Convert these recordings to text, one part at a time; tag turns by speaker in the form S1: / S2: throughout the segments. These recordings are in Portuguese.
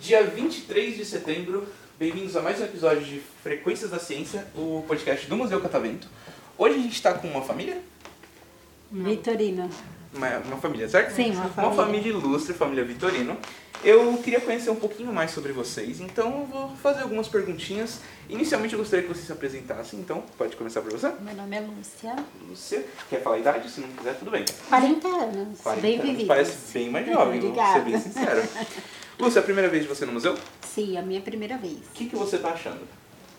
S1: Dia 23 de setembro, bem-vindos a mais um episódio de Frequências da Ciência, o podcast do Museu Catavento. Hoje a gente está com uma família?
S2: Vitorino.
S1: Uma, uma família, certo?
S2: Sim, uma família.
S1: Uma família ilustre, família Vitorino. Eu queria conhecer um pouquinho mais sobre vocês, então eu vou fazer algumas perguntinhas. Inicialmente eu gostaria que vocês se apresentassem, então pode começar por você.
S2: Meu nome é Lúcia.
S1: Você quer falar a idade? Se não quiser, tudo bem.
S2: 40 anos.
S1: 40
S2: bem
S1: anos,
S2: vivido.
S1: Parece bem mais jovem, vou ser bem
S2: Obrigada.
S1: sincero. Lúcia, é a primeira vez de você no museu?
S2: Sim, a minha primeira vez.
S1: O que, que você tá achando?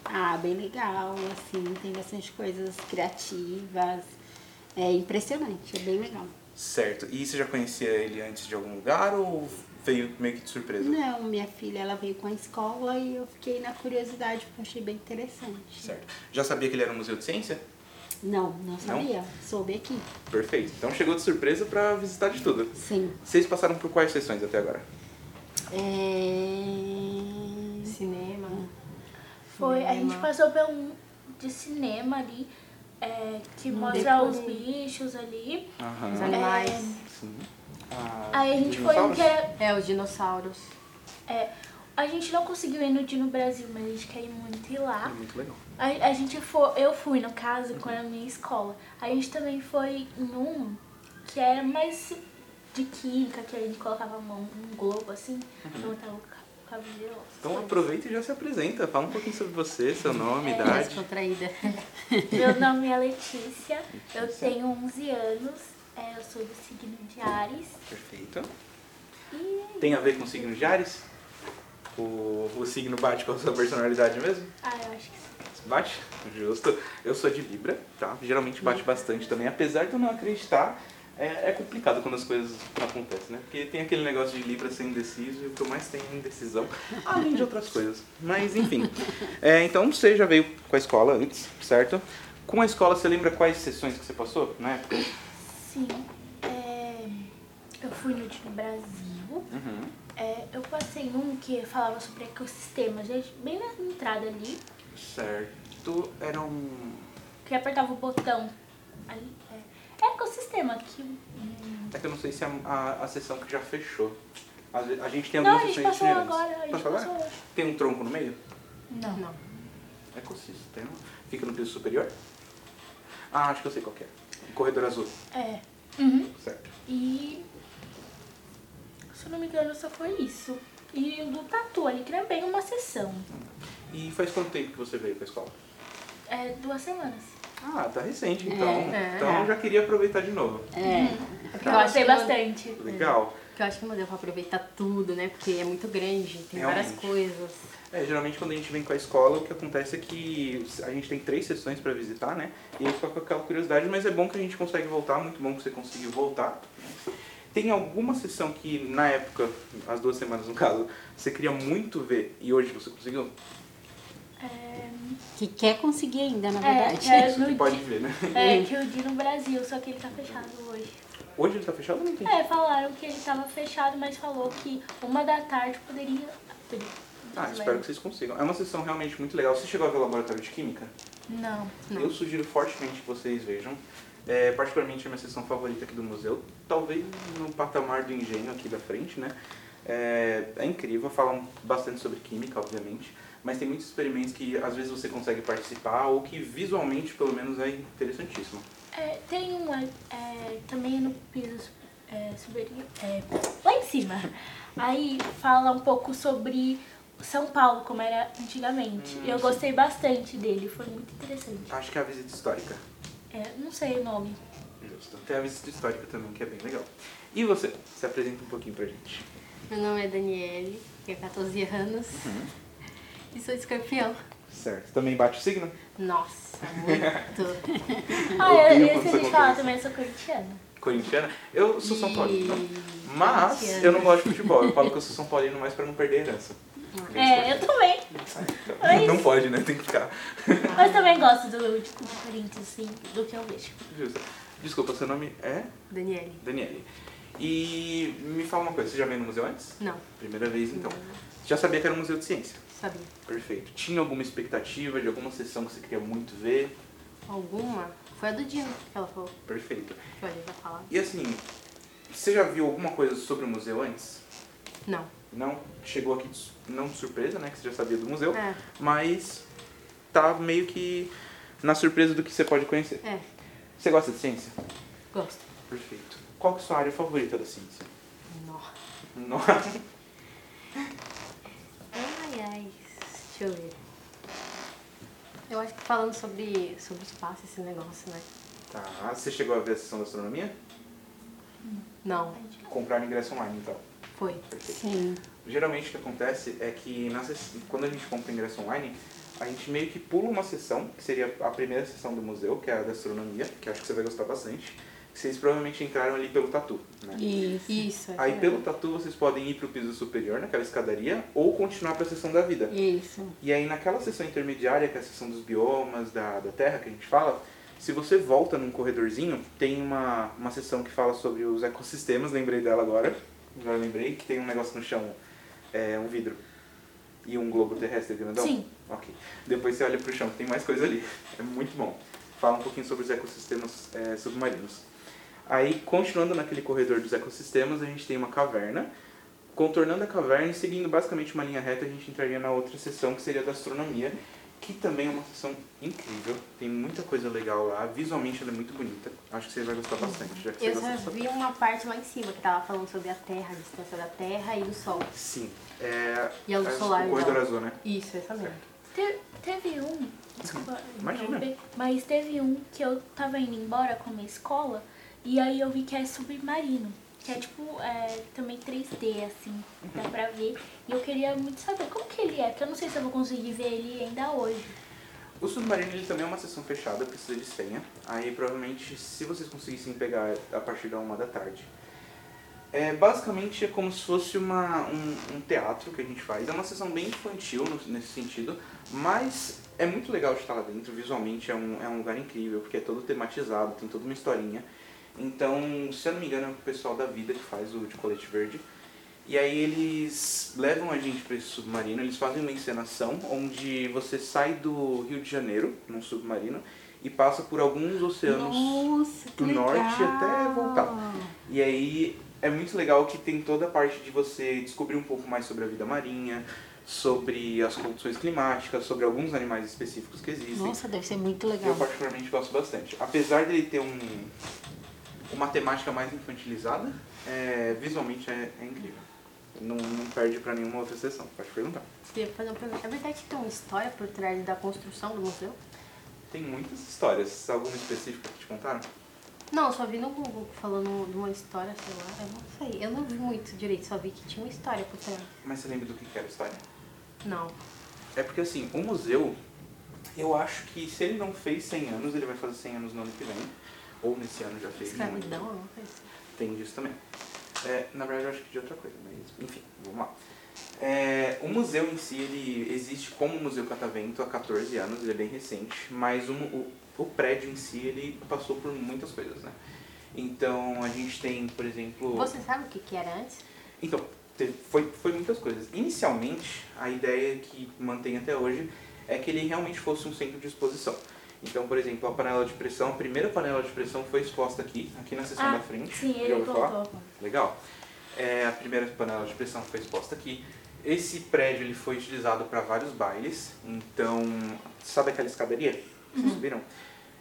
S2: Ah, bem legal, assim, tem bastante coisas criativas. É impressionante, é bem legal.
S1: Certo. E você já conhecia ele antes de algum lugar ou veio meio que de surpresa?
S2: Não, minha filha, ela veio com a escola e eu fiquei na curiosidade, porque eu achei bem interessante.
S1: Certo. Já sabia que ele era um museu de ciência?
S2: Não, não sabia, soube aqui.
S1: Perfeito. Então chegou de surpresa pra visitar de tudo.
S2: Sim.
S1: Vocês passaram por quais sessões até agora?
S2: É...
S3: Cinema.
S4: Foi, a gente passou por um de cinema ali, é, que
S1: Hum,
S4: mostra os bichos ali.
S2: Ah.
S3: Os
S1: Aham.
S3: animais.
S1: Sim. Ah,
S4: Aí a gente foi um
S1: dinossauros?
S4: que é,
S3: É, os dinossauros.
S4: é, A gente não conseguiu ir no Dino Brasil, mas a gente quer ir muito ir
S1: É
S4: lá.
S1: muito legal.
S4: A, a gente foi, eu fui, no caso, com a minha escola. A gente também foi num que era mais de química, que a gente colocava a mão num globo assim, pra
S1: Uhum.
S4: botar o ca- o cabelo.
S1: Então aproveita e já se apresenta. Fala um pouquinho sobre você,
S4: É
S1: seu nome, idade.
S2: Descontraída.
S4: Meu nome é Letícia, eu tenho 11 anos, é, eu sou do signo de Ares.
S1: Perfeito. Tem a ver com o signo de Ares? O, o signo bate com a sua personalidade mesmo?
S4: Ah, eu acho que sim.
S1: Bate? Justo. Eu sou de Libra, tá? Geralmente bate bastante também. Apesar de eu não acreditar, é, é complicado quando as coisas acontecem, né? Porque tem aquele negócio de Libra ser indeciso e o que eu mais tenho é indecisão, além de outras coisas. Mas enfim. É, então você já veio com a escola antes, certo? Com a escola, você lembra quais sessões que você passou na época?
S4: Sim. É, eu fui no Dino Brasil.
S1: Uhum.
S4: É, eu passei num que falava sobre ecossistemas, gente, bem na entrada ali,
S1: Certo. Era um.
S4: que apertava o botão ali. É, é ecossistema que. hum,
S1: É que eu não sei se é a, a, a sessão que já fechou. A, a gente tem
S4: Não,
S1: algumas
S4: a gente
S1: sessões
S4: passou
S1: itinerantes.
S4: agora, a gente
S1: Passou agora?
S4: passou hoje.
S1: Tem um tronco no meio?
S4: Não.
S3: Não.
S1: Ecossistema. Fica no piso superior? Ah, acho que eu sei qual que é. Corredor azul.
S4: É. Uhum.
S1: Certo.
S4: E. Se eu não me engano, só foi isso. E o do tatu ali, que era bem uma sessão.
S1: E faz quanto tempo que você veio pra escola?
S4: É, duas semanas.
S1: Ah, tá recente, então.
S3: é.
S1: Então eu já queria aproveitar de novo.
S2: É.
S3: Porque
S4: Eu
S3: eu acho
S4: gostei
S3: que
S4: bastante.
S1: Legal.
S3: Porque eu acho que não deu pra aproveitar tudo, né? Porque é muito grande, tem várias
S1: Realmente.
S3: coisas.
S1: É, geralmente quando a gente vem com a escola, o que acontece é que a gente tem três sessões pra visitar, né? E aí fica com aquela curiosidade, mas é bom que a gente consegue voltar, muito bom que você conseguiu voltar. Tem alguma sessão que na época, as duas semanas no caso, você queria muito ver e hoje você conseguiu?
S2: Que quer conseguir ainda, na verdade.
S4: É,
S1: Isso que
S4: no
S1: pode
S4: di-
S1: ver, né?
S4: é, que eu vi no Brasil, só que ele tá fechado hoje.
S1: Hoje ele tá fechado ou não tem?
S4: É, falaram que ele tava fechado, mas falou que uma da tarde poderia. abrir.
S1: Ah,
S4: Mas-
S1: espero que vocês consigam. É uma sessão realmente muito legal. Você chegou a ver o laboratório de química?
S4: Não.
S1: Eu sugiro fortemente que vocês vejam. É, particularmente a minha sessão favorita aqui do museu, talvez no patamar do engenho aqui da frente, né? É, é incrível, falam bastante sobre química, obviamente, mas tem muitos experimentos que às vezes você consegue participar ou que visualmente, pelo menos, é interessantíssimo.
S4: É, tem um é, é, também no piso é, superior. é, lá em cima. Aí fala um pouco sobre São Paulo, como era antigamente.
S1: Hum,
S4: eu gostei bastante dele, foi muito interessante.
S1: Acho que é a visita histórica.
S4: É, não sei o nome.
S1: Justo. Tem a visita histórica também, que é bem legal. E você? Se apresenta um pouquinho pra gente.
S3: Meu nome é Daniele, tenho 14 anos
S1: Uhum.
S3: e sou escorpião.
S1: Certo. Também bate o signo?
S3: Nossa, muito.
S4: Ah,
S1: Eu
S4: eu,
S1: tenho
S4: eu
S1: quando
S4: esqueci
S1: isso
S4: de falar
S1: acontece.
S4: também, eu sou corintiana.
S1: Corintiana? Eu sou São Paulino.
S3: E-
S1: Mas
S3: corintiana.
S1: eu não gosto de futebol. Eu falo que eu sou São Paulino mais pra não perder a herança.
S4: É, eu também.
S1: Ah, então. Não pode, né? Tem que ficar.
S4: Mas também gosto do de como Corinthians, assim, do que eu vejo.
S1: Justo. Desculpa, seu nome é
S3: Daniele,
S1: Daniele. E me fala uma coisa, você já veio no museu antes?
S3: não.
S1: Primeira vez então. Já sabia que era um museu de ciência.
S3: Sabia.
S1: Perfeito. Tinha alguma expectativa de alguma sessão que você queria muito ver?
S3: Alguma? Foi a do Dino que ela falou.
S1: Perfeito.
S3: Que eu olhei pra falar.
S1: E assim, você já viu alguma coisa sobre o museu antes?
S3: Não.
S1: Não chegou aqui, de su- não de surpresa, né? Que você já sabia do museu.
S3: É.
S1: Mas tá meio que na surpresa do que você pode conhecer.
S3: É.
S1: Você gosta de ciência?
S3: Gosto.
S1: Perfeito. Qual que é a sua área favorita da ciência?
S3: Nossa.
S1: Nossa.
S3: Ai, ai. Deixa eu ver. Eu acho que falando sobre, sobre espaço, esse negócio, né?
S1: Tá. Você chegou a ver a sessão da astronomia?
S3: Não.
S1: Comprar ingresso online, então.
S3: Foi.
S2: Sim.
S1: Geralmente o que acontece é que na sess- quando a gente compra ingresso online, a gente meio que pula uma sessão, que seria a primeira sessão do museu, que é a da astronomia, que eu acho que você vai gostar bastante. que Vocês provavelmente entraram ali pelo tatu, né?
S2: Isso.
S3: Isso. é
S1: Aí
S3: verdade.
S1: pelo tatu vocês podem ir pro piso superior, naquela escadaria, ou continuar pra sessão da vida.
S3: Isso.
S1: E aí naquela sessão intermediária, que é a sessão dos biomas, da, da terra que a gente fala, se você volta num corredorzinho, tem uma, uma sessão que fala sobre os ecossistemas, lembrei dela agora, agora lembrei, que tem um negócio no chão, é, um vidro. E um globo terrestre grandão?
S4: Sim.
S1: Ok. Depois você olha pro chão, tem mais coisa ali. É muito bom. Fala um pouquinho sobre os ecossistemas é, submarinos. Aí, continuando naquele corredor dos ecossistemas, a gente tem uma caverna. Contornando a caverna e seguindo basicamente uma linha reta, a gente entraria na outra seção, que seria da astronomia, que também é uma seção incrível. Tem muita coisa legal lá. Visualmente ela é muito bonita. Acho que você vai gostar bastante, já que você
S3: Eu
S1: gosta
S3: só
S1: dessa
S3: vi uma parte lá em cima que tava falando sobre a Terra, a distância da Terra e do Sol.
S1: Sim. É...
S3: E a luz
S1: acho que
S3: solar,
S1: O corredor
S3: então.
S1: azul, né?
S3: Isso, essa mesmo.
S4: Te- teve um. Desculpa,
S1: Imagina.
S4: interromper, Mas teve um que eu tava indo embora com a minha escola e aí eu vi que é submarino. Que é tipo é, também 3D, assim, dá pra ver. E eu queria muito saber como que ele é, porque eu não sei se eu vou conseguir ver ele ainda hoje.
S1: O submarino ele também é uma sessão fechada, precisa de senha. Aí provavelmente, se vocês conseguissem pegar a partir da uma da tarde. É, basicamente é como se fosse uma, um, um teatro que a gente faz. É uma sessão bem infantil no- nesse sentido, mas é muito legal de estar lá dentro. Visualmente é um, é um lugar incrível, porque é todo tematizado, tem toda uma historinha. Então, se eu não me engano, é o pessoal da vida que faz o de colete verde. E aí eles levam a gente para esse submarino, eles fazem uma encenação onde você sai do Rio de Janeiro, num submarino, e passa por alguns oceanos.
S2: Nossa, que
S1: do norte
S2: legal.
S1: até voltar. E aí é muito legal que tem toda a parte de você descobrir um pouco mais sobre a vida marinha, sobre as condições climáticas, sobre alguns animais específicos que existem.
S2: Nossa, deve ser muito
S1: Eu
S2: legal.
S1: particularmente gosto bastante. Apesar dele ter um, uma temática mais infantilizada, é, visualmente é, é incrível. Não, não perde pra nenhuma outra sessão, pode perguntar.
S3: Queria fazer uma pergunta. É verdade que tem uma história por trás da construção do museu?
S1: Tem muitas histórias, alguma específica que te contaram?
S3: Não, eu só vi no Google falando de uma história, sei lá. Eu não sei. Eu não vi muito direito, só vi que tinha uma história por trás.
S1: Mas você lembra do que que era a história?
S3: Não.
S1: É porque assim, o museu, eu acho que se ele não fez 100 anos, ele vai fazer 100 anos no ano que vem. Ou nesse ano já fez muito.
S3: Escravidão, alguma coisa assim.
S1: Tem disso também. É, na verdade, eu acho que de outra coisa, mas enfim, vamos lá. É, o museu em si, ele existe como Museu Catavento há 14 anos, ele é bem recente, mas o, mu- o, o prédio em si, ele passou por muitas coisas, né? Então, a gente tem, por exemplo...
S3: Você sabe o que, que era antes?
S1: Então, te- foi, foi muitas coisas. Inicialmente, a ideia que mantém até hoje é que ele realmente fosse um centro de exposição. Então, por exemplo, a panela de pressão, a primeira panela de pressão foi exposta aqui, aqui na seção
S4: Ah,
S1: da frente.
S4: sim,
S1: Já
S4: ele
S1: ouviu falar?
S4: contou.
S1: Legal. É, a primeira panela de pressão foi exposta aqui. Esse prédio ele foi utilizado para vários bailes. Então, sabe aquela escadaria? Vocês subiram?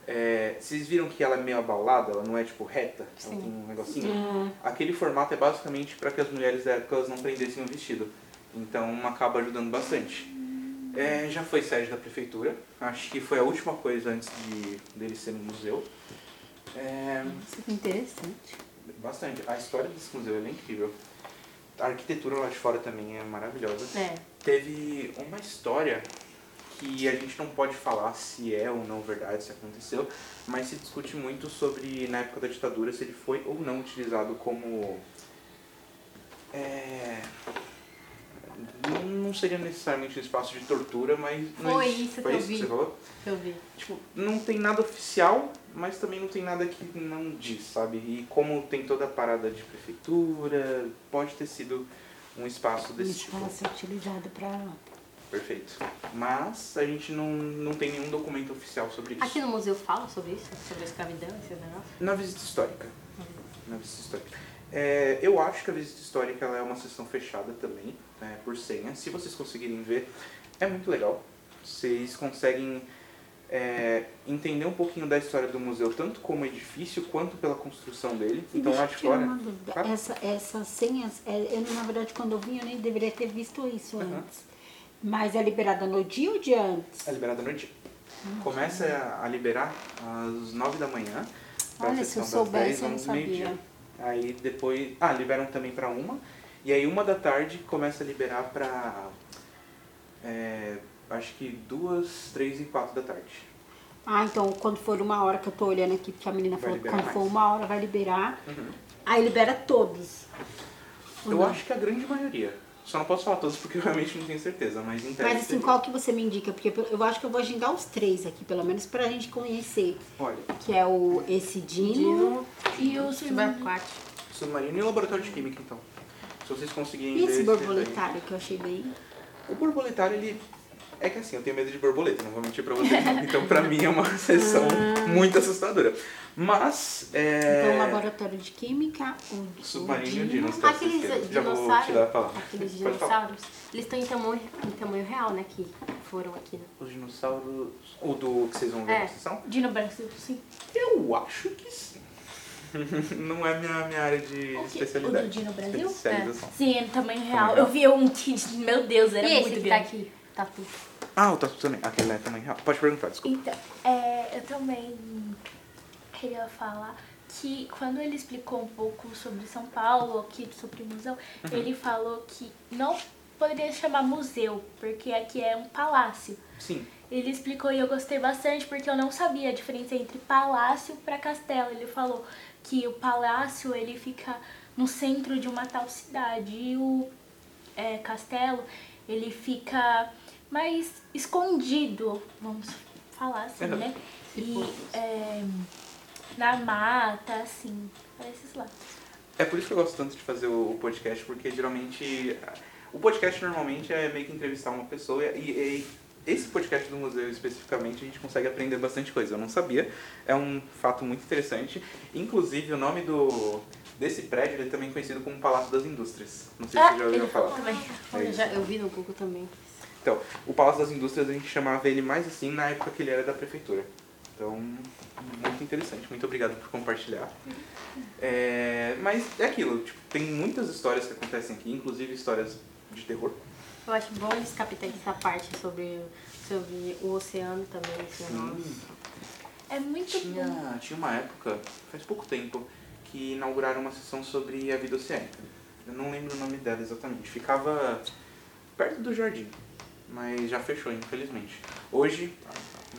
S1: É, vocês viram que ela é meio abaulada, ela não é tipo reta, ela tem
S3: Sim.
S1: um negocinho? Aquele formato é basicamente para que as mulheres da época elas não prendessem o vestido. Então acaba ajudando bastante. É, já foi sede da prefeitura, acho que foi a última coisa antes de, dele ser no museu. É,
S2: Nossa, que interessante.
S1: Bastante. A história desse museu ela é incrível. A arquitetura lá de fora também é maravilhosa.
S3: É.
S1: Teve uma história que a gente não pode falar se é ou não verdade, se aconteceu, mas se discute muito sobre, na época da ditadura, se ele foi ou não utilizado como. É. Não não seria necessariamente um espaço de tortura, mas. mas
S3: Foi isso que
S1: foi
S3: eu
S1: isso
S3: vi.
S1: que você falou?
S3: Deixa eu ver.
S1: tipo, não tem nada oficial, mas também não tem nada que não diz, sabe? E como tem toda a parada de prefeitura, pode ter sido um espaço
S2: Um
S1: desse tipo.
S2: espaço utilizado para
S1: Perfeito. Mas a gente não, não tem nenhum documento oficial sobre isso.
S3: Aqui no museu fala sobre isso, sobre a escravidão, esse negócio.
S1: Na visita histórica. Na visita histórica. É, eu acho que a visita histórica ela é uma sessão fechada também, né, por senha. Se vocês conseguirem ver, é muito legal. Vocês conseguem é, entender um pouquinho da história do museu, tanto como edifício, quanto pela construção dele. Então lá de
S2: tirar
S1: fora.
S2: uma dúvida.
S1: Claro.
S2: Essa, essas senhas, é, eu na verdade quando eu vim eu nem deveria ter visto isso
S1: Aham.
S2: antes. Mas é liberada no dia ou dia antes?
S1: É liberada à noite. Começa a- a liberar às 9 da manhã. pra
S2: Olha, se
S1: sessão
S2: eu
S1: das
S2: soubesse,
S1: 10
S2: eu não
S1: às
S2: sabia.
S1: meio-dia. Aí depois. Ah, liberam também pra uma. E aí uma da tarde começa a liberar pra. é, acho que duas, três e quatro da tarde.
S2: Ah, então quando for uma hora que eu tô olhando aqui, porque a menina
S1: Vai
S2: falou que
S1: liberar
S2: quando for
S1: mais.
S2: uma hora vai liberar.
S1: Uhum.
S2: Aí libera todos.
S1: Eu
S2: Uhum.
S1: acho que é a grande maioria. Só não posso falar todos porque eu realmente não tenho certeza, mas em tese
S2: Mas assim,
S1: seria.
S2: qual que você me indica? Porque eu eu acho que eu vou agendar os três aqui, pelo menos pra gente conhecer.
S1: Olha,
S2: Que é o esse Dino.
S3: Dino,
S4: E o submarino.
S3: subaquático.
S1: submarino e laboratório de química, então. Se vocês conseguirem
S2: E
S1: ver
S2: esse
S1: esse desenho.
S2: borboletário que eu achei bem.
S1: O borboletário, ele. É que assim, eu tenho medo de borboleta, não vou mentir pra vocês. não. Então, pra mim, é uma sessão muito assustadora. Mas. É...
S2: Então, o laboratório de química, o, o
S1: Submarino e o
S2: Dino.
S1: Dino. tá,
S3: Aqueles
S1: vocês querem? Já vou tirar a
S3: dinossauros,
S1: palavra.
S3: aqueles
S1: Pode falar.
S3: dinossauros, eles estão em tamanho, em tamanho real, né? Que foram aqui. né?
S1: Os dinossauros. O do que vocês vão ver
S3: É.
S1: na sessão?
S4: Dino Brasil, sim.
S1: Eu acho que sim. não é minha, minha área de
S4: O, que, o
S1: especialidade. Tá
S4: do Dino Brasil?
S1: Especialização.
S4: Sim, ele tamanho real. Eu vi um que, meu Deus, era
S3: e esse
S4: muito
S3: que tá
S4: grande.
S3: aqui, tatu.
S1: Ah, o Tatu também. Aquele lá é também real. Pode perguntar, desculpa.
S4: Então, é, eu também queria falar que quando ele explicou um pouco sobre São Paulo, aqui sobre o museu, ele falou que não poderia chamar museu, porque aqui é um palácio.
S1: Sim.
S4: Ele explicou e eu gostei bastante porque eu não sabia a diferença entre palácio para castelo. Ele falou que o palácio ele fica no centro de uma tal cidade e o é, castelo ele fica mais escondido, vamos falar assim, né? E é, na mata, assim, para esses lados.
S1: É por isso que eu gosto tanto de fazer o podcast, porque geralmente. O podcast normalmente é meio que entrevistar uma pessoa e. e esse podcast do museu especificamente a gente consegue aprender bastante coisa. Eu não sabia, é um fato muito interessante. Inclusive o nome do desse prédio ele é também conhecido como Palácio das Indústrias. Não sei se vocês já ouviram falar.
S4: Também.
S1: É
S3: Eu,
S1: isso.
S3: já, eu vi no Google também.
S1: Então, o Palácio das Indústrias a gente chamava ele mais assim na época que ele era da prefeitura. Então, muito interessante. Muito obrigado por compartilhar. É, mas é aquilo, tipo, tem muitas histórias que acontecem aqui, inclusive histórias de terror.
S3: Eu acho bom eles captarem essa parte sobre, sobre o oceano também, esse negócio.
S4: É muito bom.
S1: Tinha, tinha uma época, faz pouco tempo, que inauguraram uma sessão sobre a vida oceânica. Eu não lembro o nome dela exatamente. Ficava perto do jardim, mas já fechou, infelizmente. Hoje,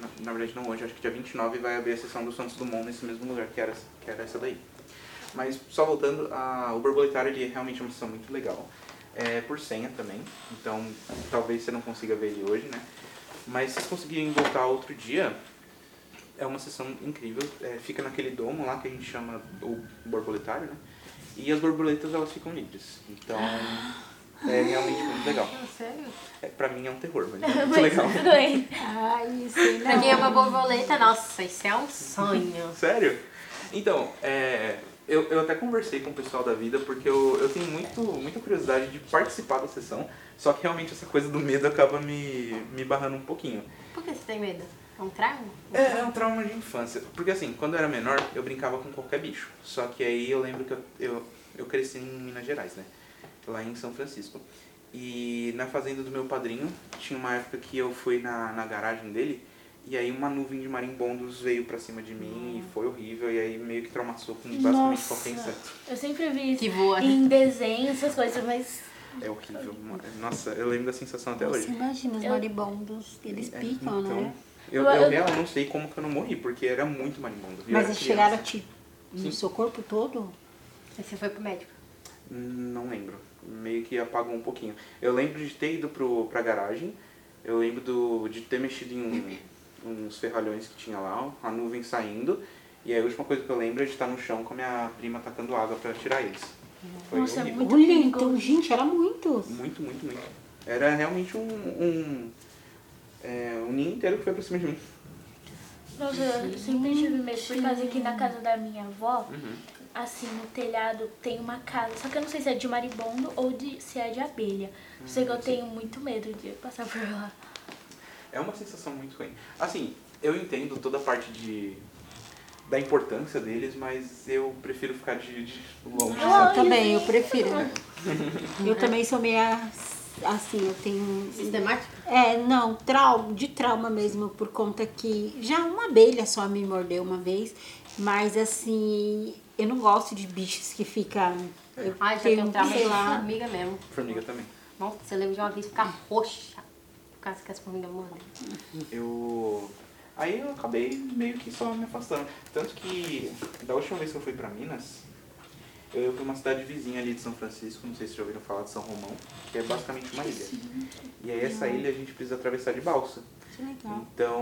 S1: na, na verdade não hoje, acho que dia 29 vai abrir a sessão do Santos Dumont nesse mesmo lugar que era, que era essa daí. Mas só voltando, a- o borboletário ele é realmente uma sessão muito legal. É por senha também, então talvez você não consiga ver ele hoje, né? Mas se vocês conseguirem voltar outro dia, é uma sessão incrível. É, fica naquele domo lá que a gente chama o borboletário, né? E as borboletas elas ficam livres. Então é realmente muito legal.
S3: Sério?
S1: É, pra mim é um terror, mas é muito
S4: Mas
S1: legal.
S4: tudo bem.
S2: Ah, isso aí
S3: Pra
S2: não.
S3: mim é uma borboleta, nossa, isso é um sonho.
S1: Sério? Então, é, eu, eu até conversei com o pessoal da vida porque eu, eu tenho muito, muita curiosidade de participar da sessão, só que realmente essa coisa do medo acaba me, me barrando um pouquinho.
S3: Por que você tem medo? É um trago?
S1: É, é um trauma de infância. Porque assim, quando eu era menor, eu brincava com qualquer bicho. Só que aí eu lembro que eu, eu, eu cresci em Minas Gerais, né? Lá em São Francisco. E na fazenda do meu padrinho, tinha uma época que eu fui na, na garagem dele, e aí uma nuvem de marimbondos veio pra cima de mim e foi horrível, e aí meio que traumatizou com basicamente
S4: Nossa.
S1: qualquer inseto.
S4: Eu sempre vi
S3: Que
S4: isso
S3: voa.
S4: em desenhos, essas coisas, mas
S1: É horrível. mano. Nossa, eu lembro da sensação até
S2: Você
S1: hoje.
S2: imagina os
S4: Eu-
S2: maribondos, eles
S1: É,
S2: picam, né?
S1: Eu,
S4: Eu-
S1: eu,
S4: eu-
S1: real não sei como que eu não morri, porque era muito marimbondo. E eu
S2: Mas
S1: era
S2: eles chegaram a
S1: criança.
S2: te no seu corpo todo?
S3: Aí você foi pro médico.
S1: Não lembro. Meio que apagou um pouquinho. Eu lembro de ter ido pro, pra garagem. Eu lembro do, de ter mexido em um- uns ferralhões que tinha lá, a nuvem saindo. E aí a última coisa que eu lembro é de estar no chão com a minha prima tacando água pra tirar eles. Foi
S4: Nossa, é
S1: horrível.
S4: muito
S2: Olha,
S4: perigoso.
S2: então, gente, era muitos.
S1: Muito, muito, muito. Era realmente um. um é, um ninho inteiro que foi pra cima de mim.
S4: Nossa, eu sempre tive medo, por causa que na casa da minha avó,
S1: Uhum.
S4: assim, no telhado tem uma casa, só que eu não sei se é de maribondo ou de, se é de abelha. Sei que eu tenho muito medo de passar por lá.
S1: É uma sensação muito ruim. Assim, eu entendo toda a parte de. da importância deles, mas eu prefiro ficar de, de longe.
S4: Eu
S1: sabe?
S2: Eu também, eu prefiro.
S4: Não.
S2: Eu também sou meia. Assim, eu tenho.
S3: Sistemática?
S2: É, não, trau, de trauma mesmo, por conta que já uma abelha só me mordeu uma vez, mas assim, eu não gosto de bichos que ficam. Eu
S3: Ai, já tem
S2: tenho,
S3: um trauma de
S2: sei lá.
S3: formiga mesmo.
S1: Formiga também.
S3: Nossa, eu lembro de uma vez ficar roxa por causa que as formigas morderam.
S1: Eu. Aí eu acabei meio que só me afastando. Tanto que da última vez que eu fui pra Minas, eu fui pra uma cidade vizinha ali de São Francisco, não sei se já ouviram falar de São Romão, que é basicamente uma ilha. E aí essa ilha a gente precisa atravessar de balsa.
S2: Que legal.
S1: Então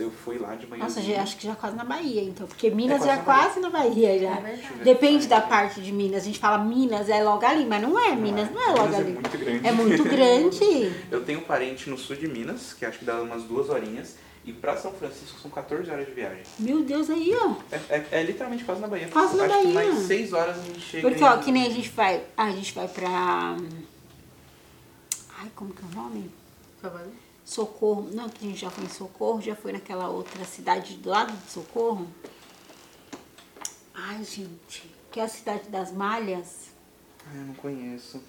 S1: eu fui lá de manhã.
S2: Nossa, já, acho que já quase na Bahia, então, porque Minas
S1: É quase
S2: já
S1: na
S2: quase na Bahia já.
S3: É verdade.
S2: Depende
S1: tá
S2: da parte de Minas. A gente fala Minas é logo ali, mas não é. Minas não é logo
S1: Minas é
S2: ali.
S1: muito grande.
S2: É muito grande.
S1: Eu tenho um parente no sul de Minas, que acho que dá umas duas horinhas, e pra São Francisco são 14 horas de viagem.
S2: Meu Deus, aí, ó.
S1: É, é- é literalmente quase na Bahia.
S2: Quase na
S1: acho que
S2: Bahia.
S1: mais 6 horas a gente chega.
S2: Porque,
S1: em-
S2: ó, que nem a gente vai. A gente vai pra. Ai, como que é o nome?
S3: Foi bom?
S2: Socorro. Não, que a gente já foi em Socorro, já foi naquela outra cidade do lado de Socorro. Ai, gente. Que é a cidade das malhas.
S1: Ah, eu não conheço.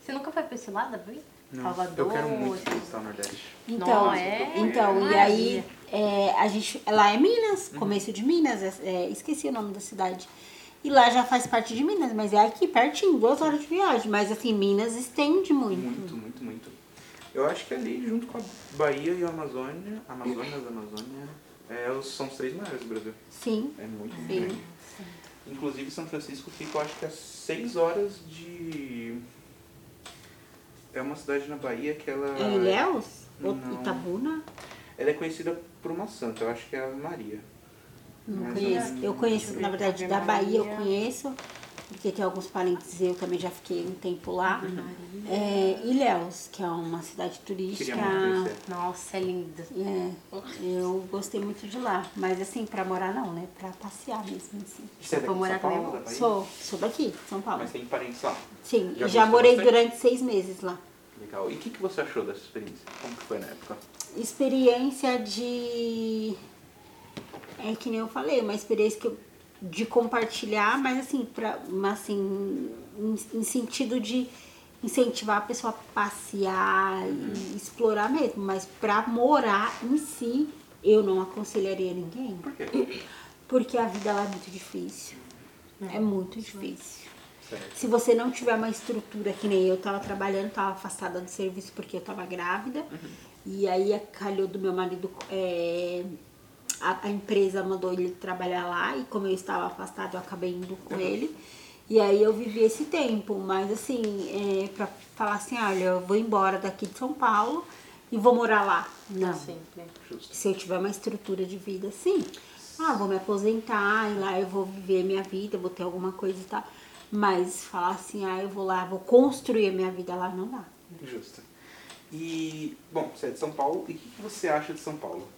S3: Você nunca foi pra esse lado, viu?
S1: Não,
S3: Salvador.
S1: eu quero muito visitar o Nordeste.
S2: Então,
S3: Não, é?
S2: então e
S3: Maria.
S2: aí é, a gente lá é Minas,
S1: Uhum.
S2: começo de Minas, é- é, esqueci o nome da cidade. E lá já faz parte de Minas, mas é aqui pertinho, duas horas de viagem. Mas assim, Minas estende muito.
S1: Muito, muito, muito. Eu acho que é ali, junto com a Bahia e a Amazônia, Amazonas, Amazônia, é, os- são os três maiores do Brasil.
S2: Sim.
S1: É muito
S2: Sim.
S1: grande. Inclusive, São Francisco fica, eu acho que a 6 horas de... É uma cidade na Bahia que ela...
S2: Em Ilhéus? Ou
S1: Ah, é. Não.
S2: Itabuna?
S1: Ela é conhecida por uma santa, eu acho que é a Maria.
S2: Não
S1: Mas
S2: conheço.
S1: não-
S2: Eu conheço, na verdade, da
S3: Ave
S2: Bahia eu
S3: Maria.
S2: conheço, porque tem alguns parentes eu também já fiquei um tempo lá. É, Ilhéus, que é uma cidade turística.
S1: Queria
S2: ah,
S1: muito conhecer.
S3: Nossa, é linda.
S2: É, eu gostei muito de lá, mas assim, pra morar não, né? Pra passear mesmo, assim.
S1: Você é daqui
S3: Vou
S1: de
S3: morar
S1: São Paulo,
S3: com
S1: da
S3: ela.
S1: Bahia?
S2: Sou, sou daqui, São Paulo.
S1: Ah, Mas tem parentes lá.
S2: Sim,
S1: já
S2: já,
S1: gostou
S2: morei
S1: bastante?
S2: durante seis meses lá.
S1: Legal. E o que, que você achou dessa experiência? Como que foi na época?
S2: Experiência de. É que nem eu falei, uma experiência que eu- de compartilhar, mas assim, pra, mas, assim em, em sentido de incentivar a pessoa a passear
S1: Uhum.
S2: e explorar mesmo, mas pra morar em si, eu não aconselharia ninguém.
S1: Por quê?
S2: Porque a vida lá é muito difícil. É muito difícil.
S1: Certo.
S2: Se você não tiver uma estrutura que nem eu tava trabalhando, tava afastada do serviço porque eu tava grávida. E aí calhou do meu marido. é, a, a empresa mandou ele trabalhar lá e como eu estava afastada, eu acabei indo com ele. E aí eu vivi esse tempo, mas assim, é, pra falar assim, olha, eu vou embora daqui de São Paulo e vou morar lá. Não
S3: Sempre.
S1: Justo.
S2: se eu tiver uma estrutura de vida assim, ah, vou me aposentar e lá eu vou viver minha vida, vou ter alguma coisa e tal. Mas falar assim, ah, eu vou lá, vou construir a minha vida lá, não dá.
S1: Justo. E, bom, você é de São Paulo. E o que, que você acha de São Paulo?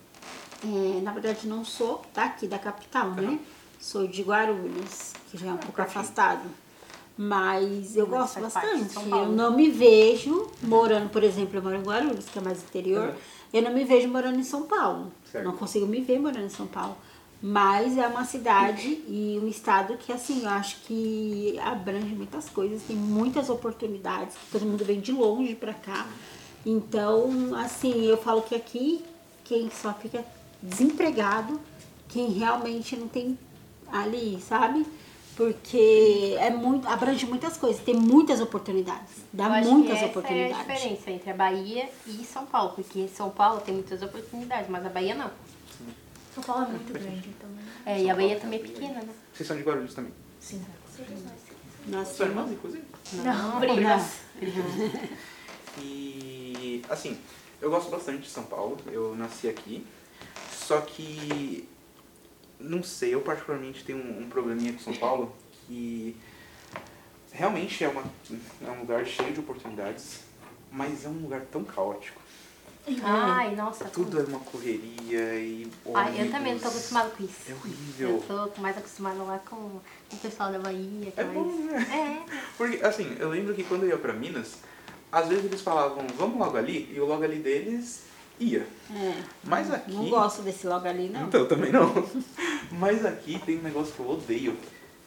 S2: É, na verdade, não sou daqui da capital, né? Sou de Guarulhos, que já é um pouco afastado. Mas eu
S3: Tá Mas
S2: gosto
S3: faz parte de
S2: bastante.
S3: São Paulo. né?
S2: Eu não me vejo morando, por exemplo, eu moro em Guarulhos, que é mais interior.
S1: Uhum.
S2: Eu não me vejo morando em São Paulo.
S1: Certo.
S2: Não consigo me ver morando em São Paulo. Mas é uma cidade e um estado que, assim, eu acho que abrange muitas coisas, tem muitas oportunidades, que todo mundo vem de longe pra cá. Então, assim, eu falo que aqui, quem só fica desempregado, quem realmente não tem ali, sabe? Porque é muito, abrange muitas coisas, tem muitas oportunidades,
S3: Eu
S2: dá
S3: acho que
S2: muitas
S3: essa É a
S2: oportunidades.
S3: diferença entre a Bahia e São Paulo, porque em São Paulo tem muitas oportunidades, mas a Bahia não.
S4: São Paulo é muito grande, então.
S3: É, e a Bahia também é pequena, né?
S1: Vocês são de Guarulhos também?
S3: Sim.
S2: Nossa,
S1: São irmãs, inclusive?
S3: Não,
S2: Não.
S3: primas.
S1: E assim, eu gosto bastante de São Paulo, eu nasci aqui, só que não sei, eu particularmente tenho um, um probleminha com São Paulo que realmente é, uma, é um lugar cheio de oportunidades, mas é um lugar tão caótico.
S3: Ai, nossa.
S1: Tudo é uma correria e.
S3: Ai, eu
S1: ônibus.
S3: também não tô acostumada com isso.
S1: É
S3: Eu
S1: horrível.
S3: tô mais acostumada lá com o pessoal da Bahia. que
S1: É bom,
S3: mais-
S1: né?
S3: É,
S1: Porque, assim, eu lembro que quando eu ia pra Minas, às vezes eles falavam, vamos logo ali, e o logo ali deles ia.
S2: É,
S1: Mas aqui.
S2: não gosto desse logo ali, não.
S1: Então, também não. Mas aqui tem um negócio que eu odeio,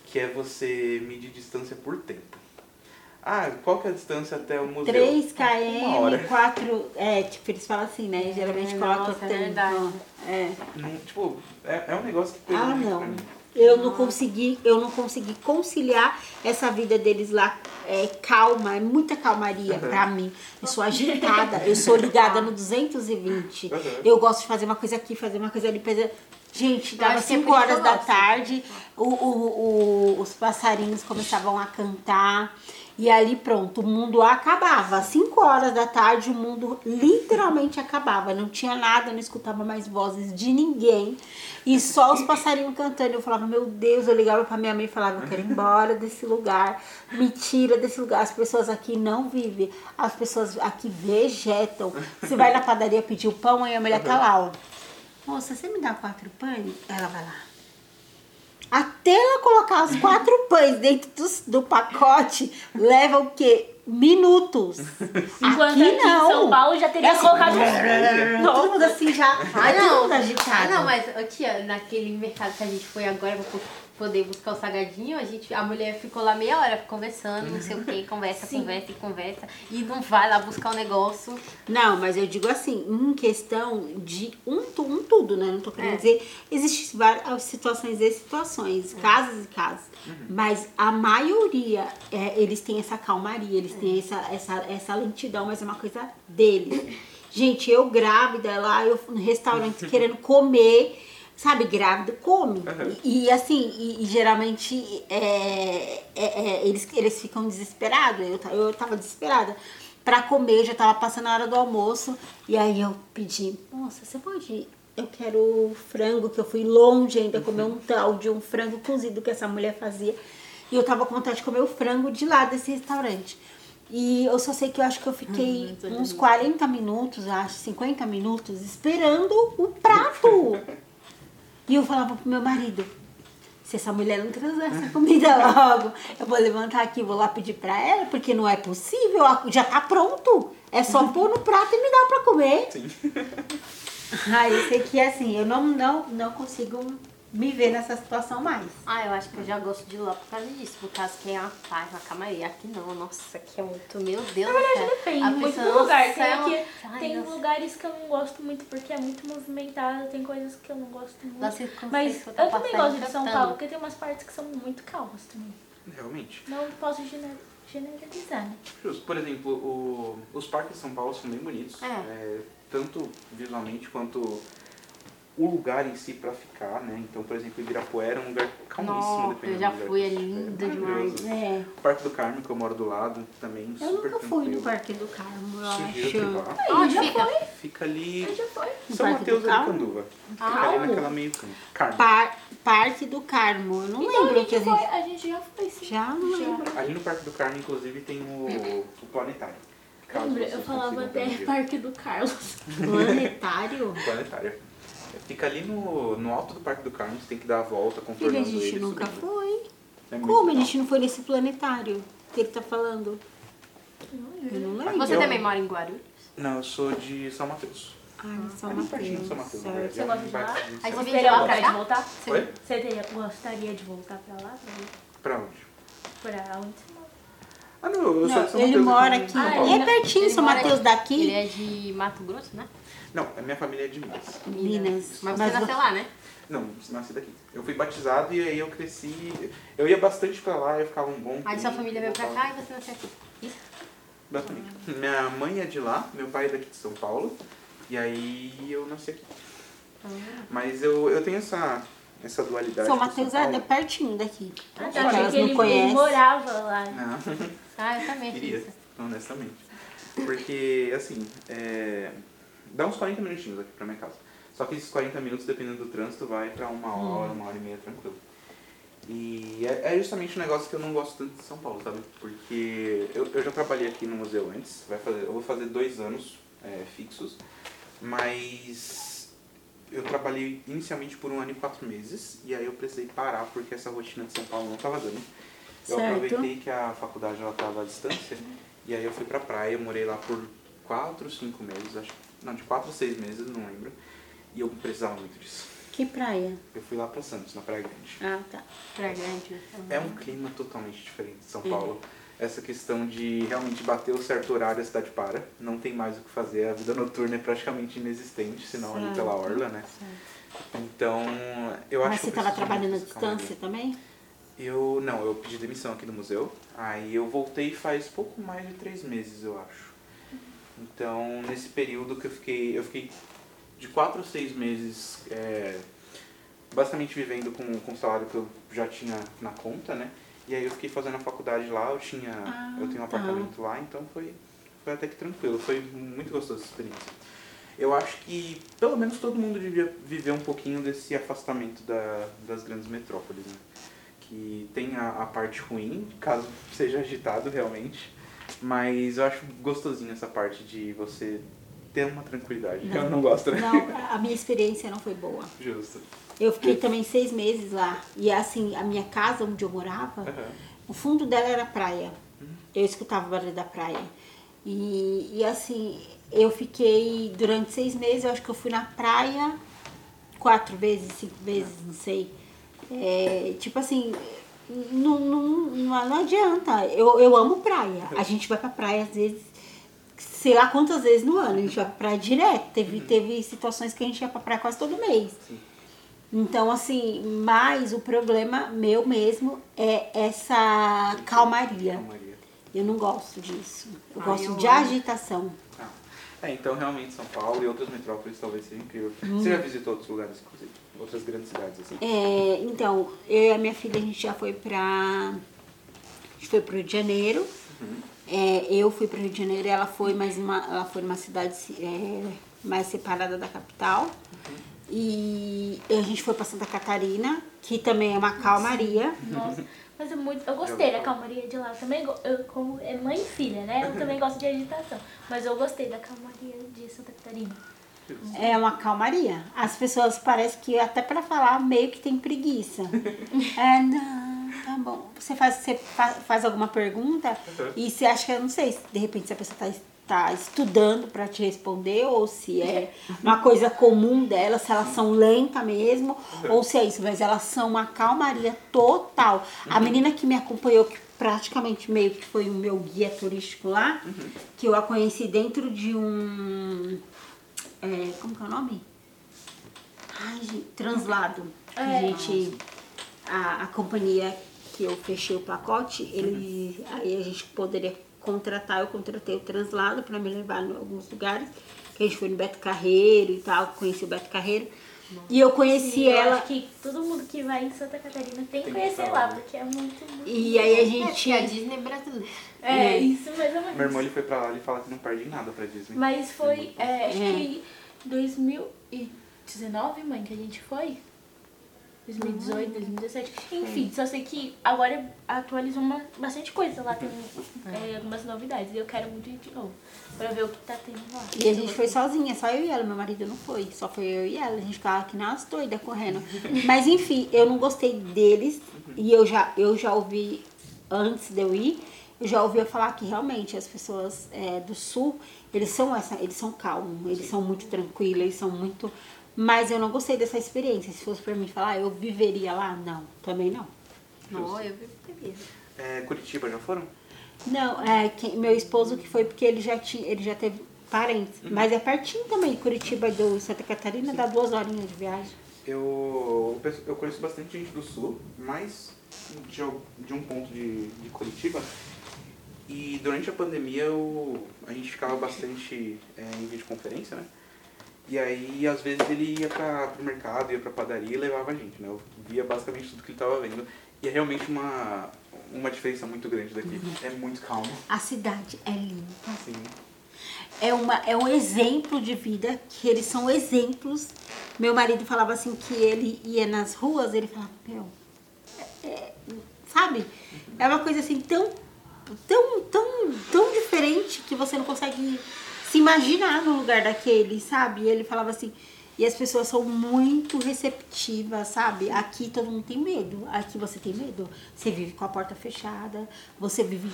S1: que é você medir distância por tempo. Ah, qual que é a distância até o museu?
S2: 3
S1: Uma hora.
S2: km, 4. É, tipo, eles falam assim, né? Geralmente
S3: É,
S2: coloca
S3: nossa, é
S2: tanto.
S3: verdade.
S2: É.
S1: Não, tipo, é, é um negócio que pegou
S2: Ah,
S1: muito pra
S2: não.
S1: mim.
S2: Eu não consegui, eu não consegui conciliar essa vida deles lá é, calma, é muita calmaria
S1: Uhum.
S2: pra mim. Eu sou agitada, eu sou ligada no 220.
S1: Uhum.
S2: Eu gosto de fazer uma coisa aqui, fazer uma coisa ali, fazer... Gente, dava
S3: acho que é
S2: 5
S3: por isso que
S2: horas
S3: eu
S2: da
S3: gosto.
S2: tarde, o- o- o- os passarinhos começavam a cantar. E ali pronto, o mundo acabava. Às 5 horas da tarde, o mundo literalmente acabava. Não tinha nada, não escutava mais vozes de ninguém. E só os passarinhos cantando. Eu falava, meu Deus, eu ligava pra minha mãe e falava, eu quero ir embora desse lugar. Me tira desse lugar. As pessoas aqui não vivem. As pessoas aqui vegetam. Você vai na padaria pedir o pão, aí a mulher tá lá, ó. Moça, você me dá quatro pães? Ela vai lá. Até ela colocar os quatro pães dentro dos- do, pacote, leva o quê? Minutos.
S4: Enquanto aqui, em São Paulo já teria
S2: É assim.
S4: colocado um-
S2: Todo mundo assim já.
S3: Ah,
S2: Todo
S3: não.
S2: mundo agitado.
S3: Ah, não, mas, ô, tia, naquele mercado que a gente foi agora pra po- poder buscar o salgadinho, a, gente, a mulher ficou lá meia hora conversando, não sei o que, conversa, conversa e conversa, e não vai lá buscar o negócio.
S2: Não, mas eu digo assim, em questão de um, tu- um tudo, né? Não tô querendo
S3: É.
S2: dizer. Existem várias situações e situações, casos e casos. Mas a maioria, é, eles têm essa calmaria, eles têm essa, essa, essa lentidão, mas é uma coisa deles. Gente, eu grávida lá, eu no restaurante querendo comer. Sabe, grávida come.
S1: Uhum.
S2: E, e assim, e, e geralmente é, é, é, eles, eles ficam desesperados. Eu, ta- eu tava desesperada pra comer, já tava passando a hora do almoço. E aí eu pedi, moça, você pode. Eu quero um frango, que eu fui longe ainda comer um tal de um frango cozido que essa mulher fazia. E eu tava com vontade de comer o frango de lá desse restaurante. E eu só sei que eu acho que eu fiquei uns 40 minutos, acho, 50 minutos, esperando o prato. E eu falava pro meu marido, se essa mulher não transar essa comida logo, eu vou levantar aqui, vou lá pedir pra ela, porque não é possível, a- já tá pronto. É só pôr no prato e me dar pra comer.
S1: Sim.
S2: Ah, eu sei que assim, eu não, não, não consigo me ver nessa situação mais.
S3: Ah, eu acho que eu já gosto de lá por causa disso, por causa que é uma paz, uma calmaria. Aqui não, nossa, aqui é muito, meu Deus.
S4: Na verdade, depende muito do lugar. Tem, aqui- tem
S3: lugar.
S4: lugares que eu não gosto muito porque é muito movimentado, tem coisas que eu não gosto muito.
S3: Da circunstância
S4: Mas
S3: que
S4: eu
S3: eu tô
S4: também
S3: tá passando,
S4: gosto de São
S3: cantando.
S4: Paulo, porque tem umas partes que são muito calmas também.
S1: Realmente.
S4: Não posso gene- generalizar, né?
S1: Justo. Por exemplo, o- os parques de São Paulo são bem bonitos.
S3: É.
S1: É, tanto visualmente quanto o lugar em si pra ficar, né? Então, por exemplo, Ibirapuera é um lugar calmíssimo.
S3: Nossa,
S1: dependendo
S3: eu já
S1: do lugar
S3: fui,
S1: que
S3: é
S1: você estiver.
S3: lindo
S1: Maravilhoso.
S3: demais.
S2: É,
S1: O Parque do Carmo, que eu moro do lado, também
S2: eu
S1: super
S2: nunca fui
S1: tranquilo.
S2: no Parque do Carmo, eu
S1: Sugiro que
S2: acho.
S1: vá.
S3: Onde fica?
S1: Fica ali...
S4: Mas já foi.
S2: No
S1: São
S2: Parque do
S1: Mateus ali
S2: Carmo? Tá.
S1: Canduva. Fica ali
S3: Carmo?
S1: naquela meio campo. Carmo.
S2: Par- Parque do Carmo, eu não
S4: Então a
S2: lembro que a
S4: gente, foi,
S2: gente...
S4: a gente já foi, sim.
S2: Já não
S4: Já.
S2: lembro.
S1: Ali no Parque do Carmo, inclusive, tem o, o planetário. Caso
S4: Lembra? Eu
S1: vocês
S4: falava
S1: consigam
S4: até
S1: ter um dia.
S4: Parque do Carlos.
S2: Planetário?
S1: Planetário. Fica ali no, no alto do Parque do Carmo, você tem que dar a volta,
S2: Filha, a
S1: contornando
S2: gente
S1: ele.
S2: nunca
S1: subindo.
S2: foi.
S1: É muito
S2: Como a
S1: legal.
S2: gente não foi nesse planetário que ele tá falando? Eu não lembro.
S3: Você
S4: então.
S1: Eu-
S3: também mora em Guarulhos?
S1: Não, eu sou de São Mateus.
S2: Ai, Ah, é São
S1: Ali é pertinho de São
S2: Mateus.
S1: Mateus. um né? na
S2: certo.
S1: verdade.
S4: Você gosta de
S1: Bairro
S4: lá?
S1: de São
S3: Aí você
S1: Mateus.
S3: vem de lá pra
S4: de
S3: cá?
S4: voltar?
S1: Oi?
S4: Você teria, gostaria de voltar pra lá? Pra,
S1: Pra onde?
S4: pra onde você mora?
S1: Ah, não, eu sou de São
S2: Não, ele
S1: Mateus,
S2: mora
S1: eu tô em
S2: aqui.
S1: São
S4: Ah,
S1: Paulo.
S2: é pertinho,
S3: Ele
S2: São
S3: mora-
S2: Mateus
S3: Ele
S2: daqui.
S3: é de Mato Grosso, né?
S1: Não, a minha família é de Minas.
S2: Minas.
S3: Mas
S2: Mas
S3: você nasceu
S2: vo-
S3: lá, né?
S1: Não, nasci daqui. Eu fui batizado e aí eu cresci. Eu ia bastante pra lá, eu ficava um bom
S3: Aí sua
S1: tempo,
S3: família veio pra
S1: voltava.
S3: cá e você nasceu aqui. Isso.
S1: Exatamente. Minha mãe é de lá, meu pai é daqui de São Paulo. E aí eu nasci aqui. Mas eu, eu tenho essa, essa dualidade.
S2: São
S1: com
S2: Mateus é
S1: Paulo.
S2: de- pertinho daqui.
S4: Ah,
S2: Se
S4: tá, achei
S2: elas
S4: que
S2: não
S4: ele
S2: conhecem.
S4: morava lá.
S1: Não,
S3: Ah, eu também. achei
S1: queria,
S3: isso.
S1: honestamente. Porque, assim, é, dá uns 40 minutinhos aqui pra minha casa. Só que esses 40 minutos, dependendo do trânsito, vai pra uma hora, uma hora e meia tranquilo. E é, é justamente um negócio que eu não gosto tanto de São Paulo, sabe? Porque eu, eu já trabalhei aqui no museu antes, vai fazer, eu vou fazer dois anos é, fixos, mas eu trabalhei inicialmente por um ano e quatro meses, e aí eu precisei parar porque essa rotina de São Paulo não estava dando. Eu
S2: Certo.
S1: aproveitei que a faculdade ela estava à distância, e aí eu fui pra praia, eu morei lá por quatro, cinco meses, acho não, de quatro a seis meses, não lembro, e eu precisava muito disso.
S2: Que praia?
S1: Eu fui lá pra Santos, na Praia Grande.
S2: Ah, tá.
S3: Pra grande.
S1: É um clima totalmente diferente de São
S2: É.
S1: Paulo. Essa questão de realmente bater o certo horário, a cidade para. Não tem mais o que fazer. A vida noturna é praticamente inexistente, senão ali pela
S2: Certo.
S1: orla, né? Então, eu acho
S2: Mas
S1: que
S2: você
S1: eu
S2: tava
S1: preciso de
S2: trabalhando à
S1: muito dessa calmaria.
S2: distância também?
S1: Eu, não, eu pedi demissão aqui do museu. Aí eu voltei faz pouco mais de três meses, eu acho. Então, nesse período que eu fiquei, eu fiquei de quatro a seis meses, é, basicamente vivendo com, com o salário que eu já tinha na conta, né? E aí eu fiquei fazendo a faculdade lá, eu tinha, eu tenho um
S2: tá.
S1: apartamento lá, então foi, foi até que tranquilo, foi muito gostosa essa experiência. Eu acho que pelo menos todo mundo devia viver um pouquinho desse afastamento da, das grandes metrópoles, né? que tem a, a parte ruim, caso seja agitado realmente. Mas eu acho gostosinho essa parte de você ter uma tranquilidade. Eu não gosto, né?
S2: Não, a minha experiência não foi boa.
S1: Justo.
S2: Eu fiquei também seis meses lá. E assim, a minha casa onde eu morava,
S1: Aham.
S2: o fundo dela era praia. Eu escutava o barulho da praia. E, e assim, eu fiquei durante seis meses, eu acho que eu fui na praia quatro vezes, cinco vezes, não sei. É, tipo assim, não, não, não, não adianta. Eu, eu amo praia. A gente vai pra praia às vezes, sei lá quantas vezes no ano. A gente vai pra praia direto. Teve, teve situações que a gente ia pra praia quase todo mês. Então, assim, mas o problema meu mesmo é essa calmaria.
S1: Calmaria.
S2: Eu não gosto disso. Eu
S3: Ah,
S2: gosto
S3: eu
S2: de
S3: amo.
S2: agitação.
S1: Ah. É, então realmente São Paulo e outras metrópoles talvez seja incrível. Você já visitou outros lugares, inclusive? Outras grandes cidades, assim?
S2: Uhum. É, então, eu e a minha filha, a gente já foi pra. A gente foi pro Rio de Janeiro.
S3: Uhum.
S2: É, eu fui pro Rio de Janeiro e ela foi mais uma. Ela foi numa cidade é, mais separada da capital.
S3: Uhum.
S2: E a gente foi pra Santa Catarina, que também é uma calmaria.
S4: Nossa, mas é muito. Eu gostei da calmaria de lá. Eu também, go- eu, como é mãe e filha, né? Eu também gosto de agitação. Mas eu gostei da calmaria de Santa Catarina.
S2: É uma calmaria. As pessoas parecem que até pra falar meio que tem preguiça. é, não, tá bom. Você faz, você fa- faz alguma pergunta e você acha que eu não sei, se de repente se a pessoa tá, es- tá estudando pra te responder ou se é uma coisa comum delas, se elas são lenta mesmo ou se é isso, mas elas são uma calmaria total. A menina que me acompanhou que praticamente meio que foi o meu guia turístico lá, que eu a conheci dentro de um é, como que é o nome? Ai, gente, translado. Que a
S4: É.
S2: gente, a, a companhia que eu fechei o pacote, ele, aí a gente poderia contratar, eu contratei o translado para me levar em alguns lugares. Que a gente foi no Beto Carreiro e tal, conheci o Beto Carreiro. E eu conheci
S4: E eu
S2: ela.
S4: acho que todo mundo que vai em Santa Catarina tem
S1: que
S4: que conhecer
S1: falar,
S4: lá,
S1: né?
S4: porque é muito. muito-
S2: E aí a
S3: É,
S2: gente.
S3: porque a Disney brasileira.
S4: É,
S2: É.
S4: isso mais
S1: Meu
S4: ou menos.
S1: irmão ele foi pra lá e fala que não perde em nada pra Disney.
S4: Mas foi, é, acho que 2019, mãe, que a gente foi?
S2: Uhum.
S4: 2018, 2017. Enfim, só sei que agora atualizou uma- bastante coisa lá, tem é, algumas novidades. E eu quero muito ir de novo pra ver o que tá tendo lá.
S2: E a gente foi sozinha, só eu e ela, meu marido não foi, só foi eu e ela. A gente ficava aqui nas doidas correndo. Mas enfim, eu não gostei deles e eu já, eu já ouvi, antes de eu ir, eu já ouvia falar que realmente as pessoas é, do sul, eles são essa, eles são calmos, eles são muito tranquilos, eles são muito. Mas eu não gostei dessa experiência. Se fosse pra mim falar, eu viveria lá, não, também não.
S3: Não, eu vi por isso.
S1: É, Curitiba já foram?
S2: Não, é que- meu esposo que foi porque ele já tinha, ele já teve parentes, mas é pertinho também, Curitiba do Santa Catarina dá duas horinhas de viagem.
S1: Eu, eu conheço bastante gente do sul, mas de, al- de um ponto de, de Curitiba. E durante a pandemia eu, a gente ficava bastante é, em videoconferência, né? E aí, às vezes, ele ia pra, pro mercado, ia pra padaria e levava a gente, né? Eu via basicamente tudo que ele tava vendo. E é realmente uma, uma diferença muito grande daqui. É muito calmo.
S2: A cidade é linda.
S1: Assim,
S2: É, uma, é um exemplo de vida que eles são exemplos. Meu marido falava assim que ele ia nas ruas, ele falava, meu, é, sabe? É uma coisa assim tão, tão, tão, tão diferente que você não consegue se imaginar no lugar daquele, sabe? E ele falava assim. E as pessoas são muito receptivas, sabe? Aqui todo mundo tem medo. Aqui você tem medo. Você vive com a porta fechada, você vive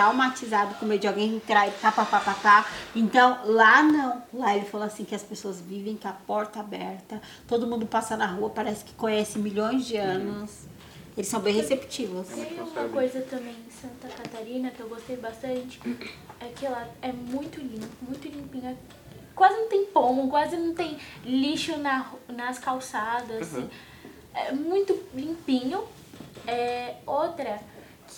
S2: traumatizado com medo de alguém entrar e tá, pá, pá, pá, pá. Então, lá não. Lá ele falou assim que as pessoas vivem com a porta aberta. Todo mundo passa na rua, parece que conhece milhões de anos. Eles são bem receptivos.
S4: Tem uma coisa também em Santa Catarina que eu gostei bastante, é que lá é muito limpo, muito limpinho. Quase não tem pombo, quase não tem lixo na, ru- nas calçadas. assim.
S1: Uhum.
S4: É muito limpinho. É, outra,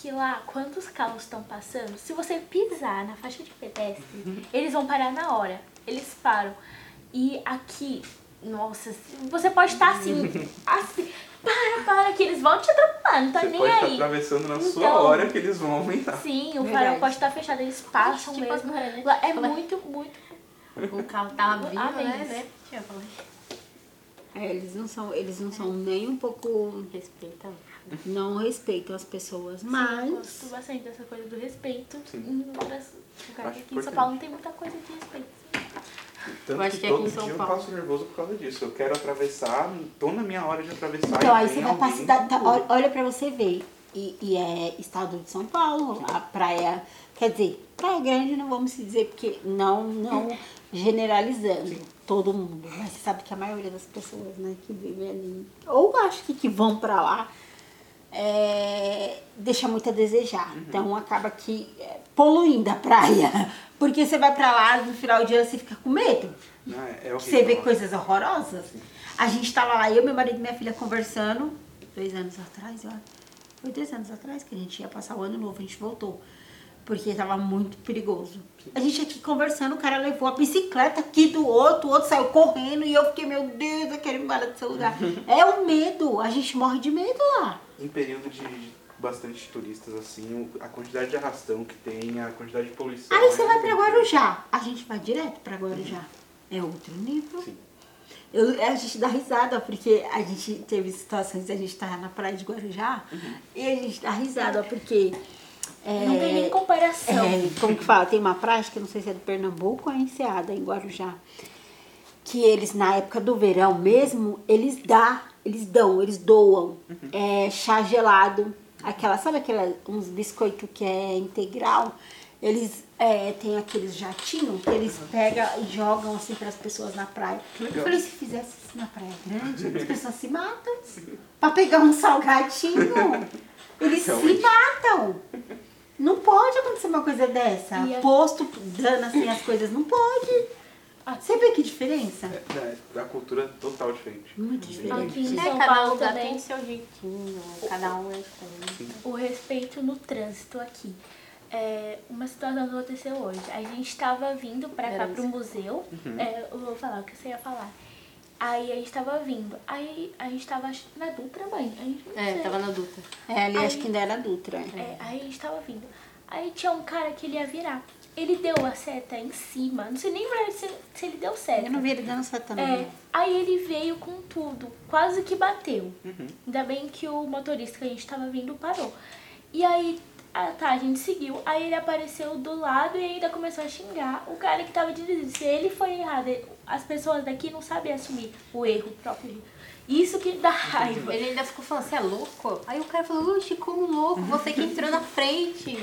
S4: que lá, quando os carros estão passando, se você pisar na faixa de pedestre,
S1: Uhum.
S4: eles vão parar na hora. Eles param. E aqui, nossa, você pode estar assim, assim, para, para, que eles vão te atropelar, não tá
S1: Você
S4: nem
S1: pode estar
S4: aí.
S1: atravessando na sua
S4: Então-
S1: hora que eles vão aumentar.
S4: Sim, o
S2: Verdade.
S4: farol pode estar fechado, eles passam
S3: Tipo
S4: mesmo.
S3: agora, né?
S4: Lá é
S3: Agora.
S4: muito, muito.
S3: O carro tava vivo,
S4: Amém.
S3: né? né? Deixa eu falar.
S2: É, eles não são, eles não são nem um pouco,
S3: Respeita.
S2: não respeitam as pessoas,
S4: Eu
S2: mas
S4: gosto bastante dessa coisa do respeito. Hum,
S1: Sim.
S4: Em outras lugares
S1: Acho
S4: aqui em São
S1: importante.
S4: Paulo não tem muita coisa de respeito.
S1: Tanto
S3: Eu acho
S1: que,
S3: que é aqui
S1: todo
S3: em São
S1: dia
S3: Paulo.
S1: eu passo nervoso por causa disso. Eu quero atravessar, tô na minha hora de atravessar.
S2: Então,
S1: e
S2: aí
S1: tem
S2: você vai pra
S1: alguém
S2: cidade. tá,
S1: com-
S2: olha, olha pra você ver. E, e é estado de São Paulo, a praia. Quer dizer, praia grande não vamos dizer, porque não, não generalizando todo mundo. Mas você sabe que a maioria das pessoas né, que vivem ali, ou acho que, que vão pra lá, é, deixa muito a desejar. Então acaba que é, poluindo a praia. Porque você vai pra lá no final de ano você fica com medo.
S1: Não, é, é
S2: Que Você vê
S1: horrível.
S2: coisas horrorosas. A gente tava lá, eu, meu marido e minha filha conversando, dois anos atrás, ó. Foi dois anos atrás que a gente ia passar o ano novo, a gente voltou. Porque tava muito perigoso. A gente aqui conversando, o cara levou a bicicleta aqui do outro, o outro saiu correndo e eu fiquei, meu Deus, eu quero ir embora desse lugar. é o medo, a gente morre de medo lá.
S1: Em Um período de bastante turistas, assim, o- a quantidade de arrastão que tem, a quantidade de poluição.
S2: Aí você
S1: é
S2: vai pra
S1: horrível.
S2: Guarujá. A gente vai direto pra Guarujá. É outro nível.
S1: Sim.
S2: Eu, a gente dá risada, porque a gente teve situações, a gente tá na praia de Guarujá, e a gente dá risada, porque. é,
S4: Não tem nem comparação.
S2: é, como que fala? Tem uma prática, não sei se é de Pernambuco ou é enseada em Guarujá, que eles, na época do verão mesmo, eles dá, eles dão, eles doam é, chá gelado, aquela, sabe aquela, uns biscoitos que é integral? Eles é, têm aqueles jatinhos que eles pegam e jogam assim para as pessoas na praia. Eu falei, se fizesse isso na praia grande, as pessoas se matam para pegar um salgadinho. Eles se
S1: Realmente.
S2: matam. Não pode acontecer uma coisa dessa.
S4: E é- a-
S2: Posto dando assim as coisas, não pode. Você vê que diferença?
S1: É, não, é a cultura total diferente.
S2: Muito
S4: Aqui
S2: diferente.
S4: em São
S3: Né, cada
S4: Paulo
S3: lugar
S4: também,
S3: tem seu jeitinho, cada um é diferente.
S4: o respeito no trânsito aqui. É, uma situação que aconteceu hoje. A gente tava vindo pra cá
S3: Beleza. Uhum.
S4: pro museu. É, eu vou falar o que você ia falar. Aí a gente tava vindo. Aí a gente tava ach- na Dutra, mãe. A gente não
S3: É,
S4: sei.
S3: tava na adulta.
S2: É, ali
S4: Aí-
S2: acho que ainda era Dutra. é.
S4: É, aí a gente tava vindo. Aí tinha um cara que ele ia virar. Ele deu a seta em cima. Não sei nem pra se, se ele deu seta.
S2: Eu não vi ele dando seta não.
S4: É, aí ele veio com tudo, quase que bateu. Ainda bem que o motorista que a gente tava vindo parou. E aí, ah, tá, a gente seguiu. Aí ele apareceu do lado e ainda começou a xingar o cara que tava dirigindo. Se ele foi errado, ele- as pessoas daqui não sabem assumir o erro próprio. Isso que dá raiva.
S3: Ele ainda ficou falando, você é louco? Aí o cara falou, oxe, como louco, você que entrou na frente.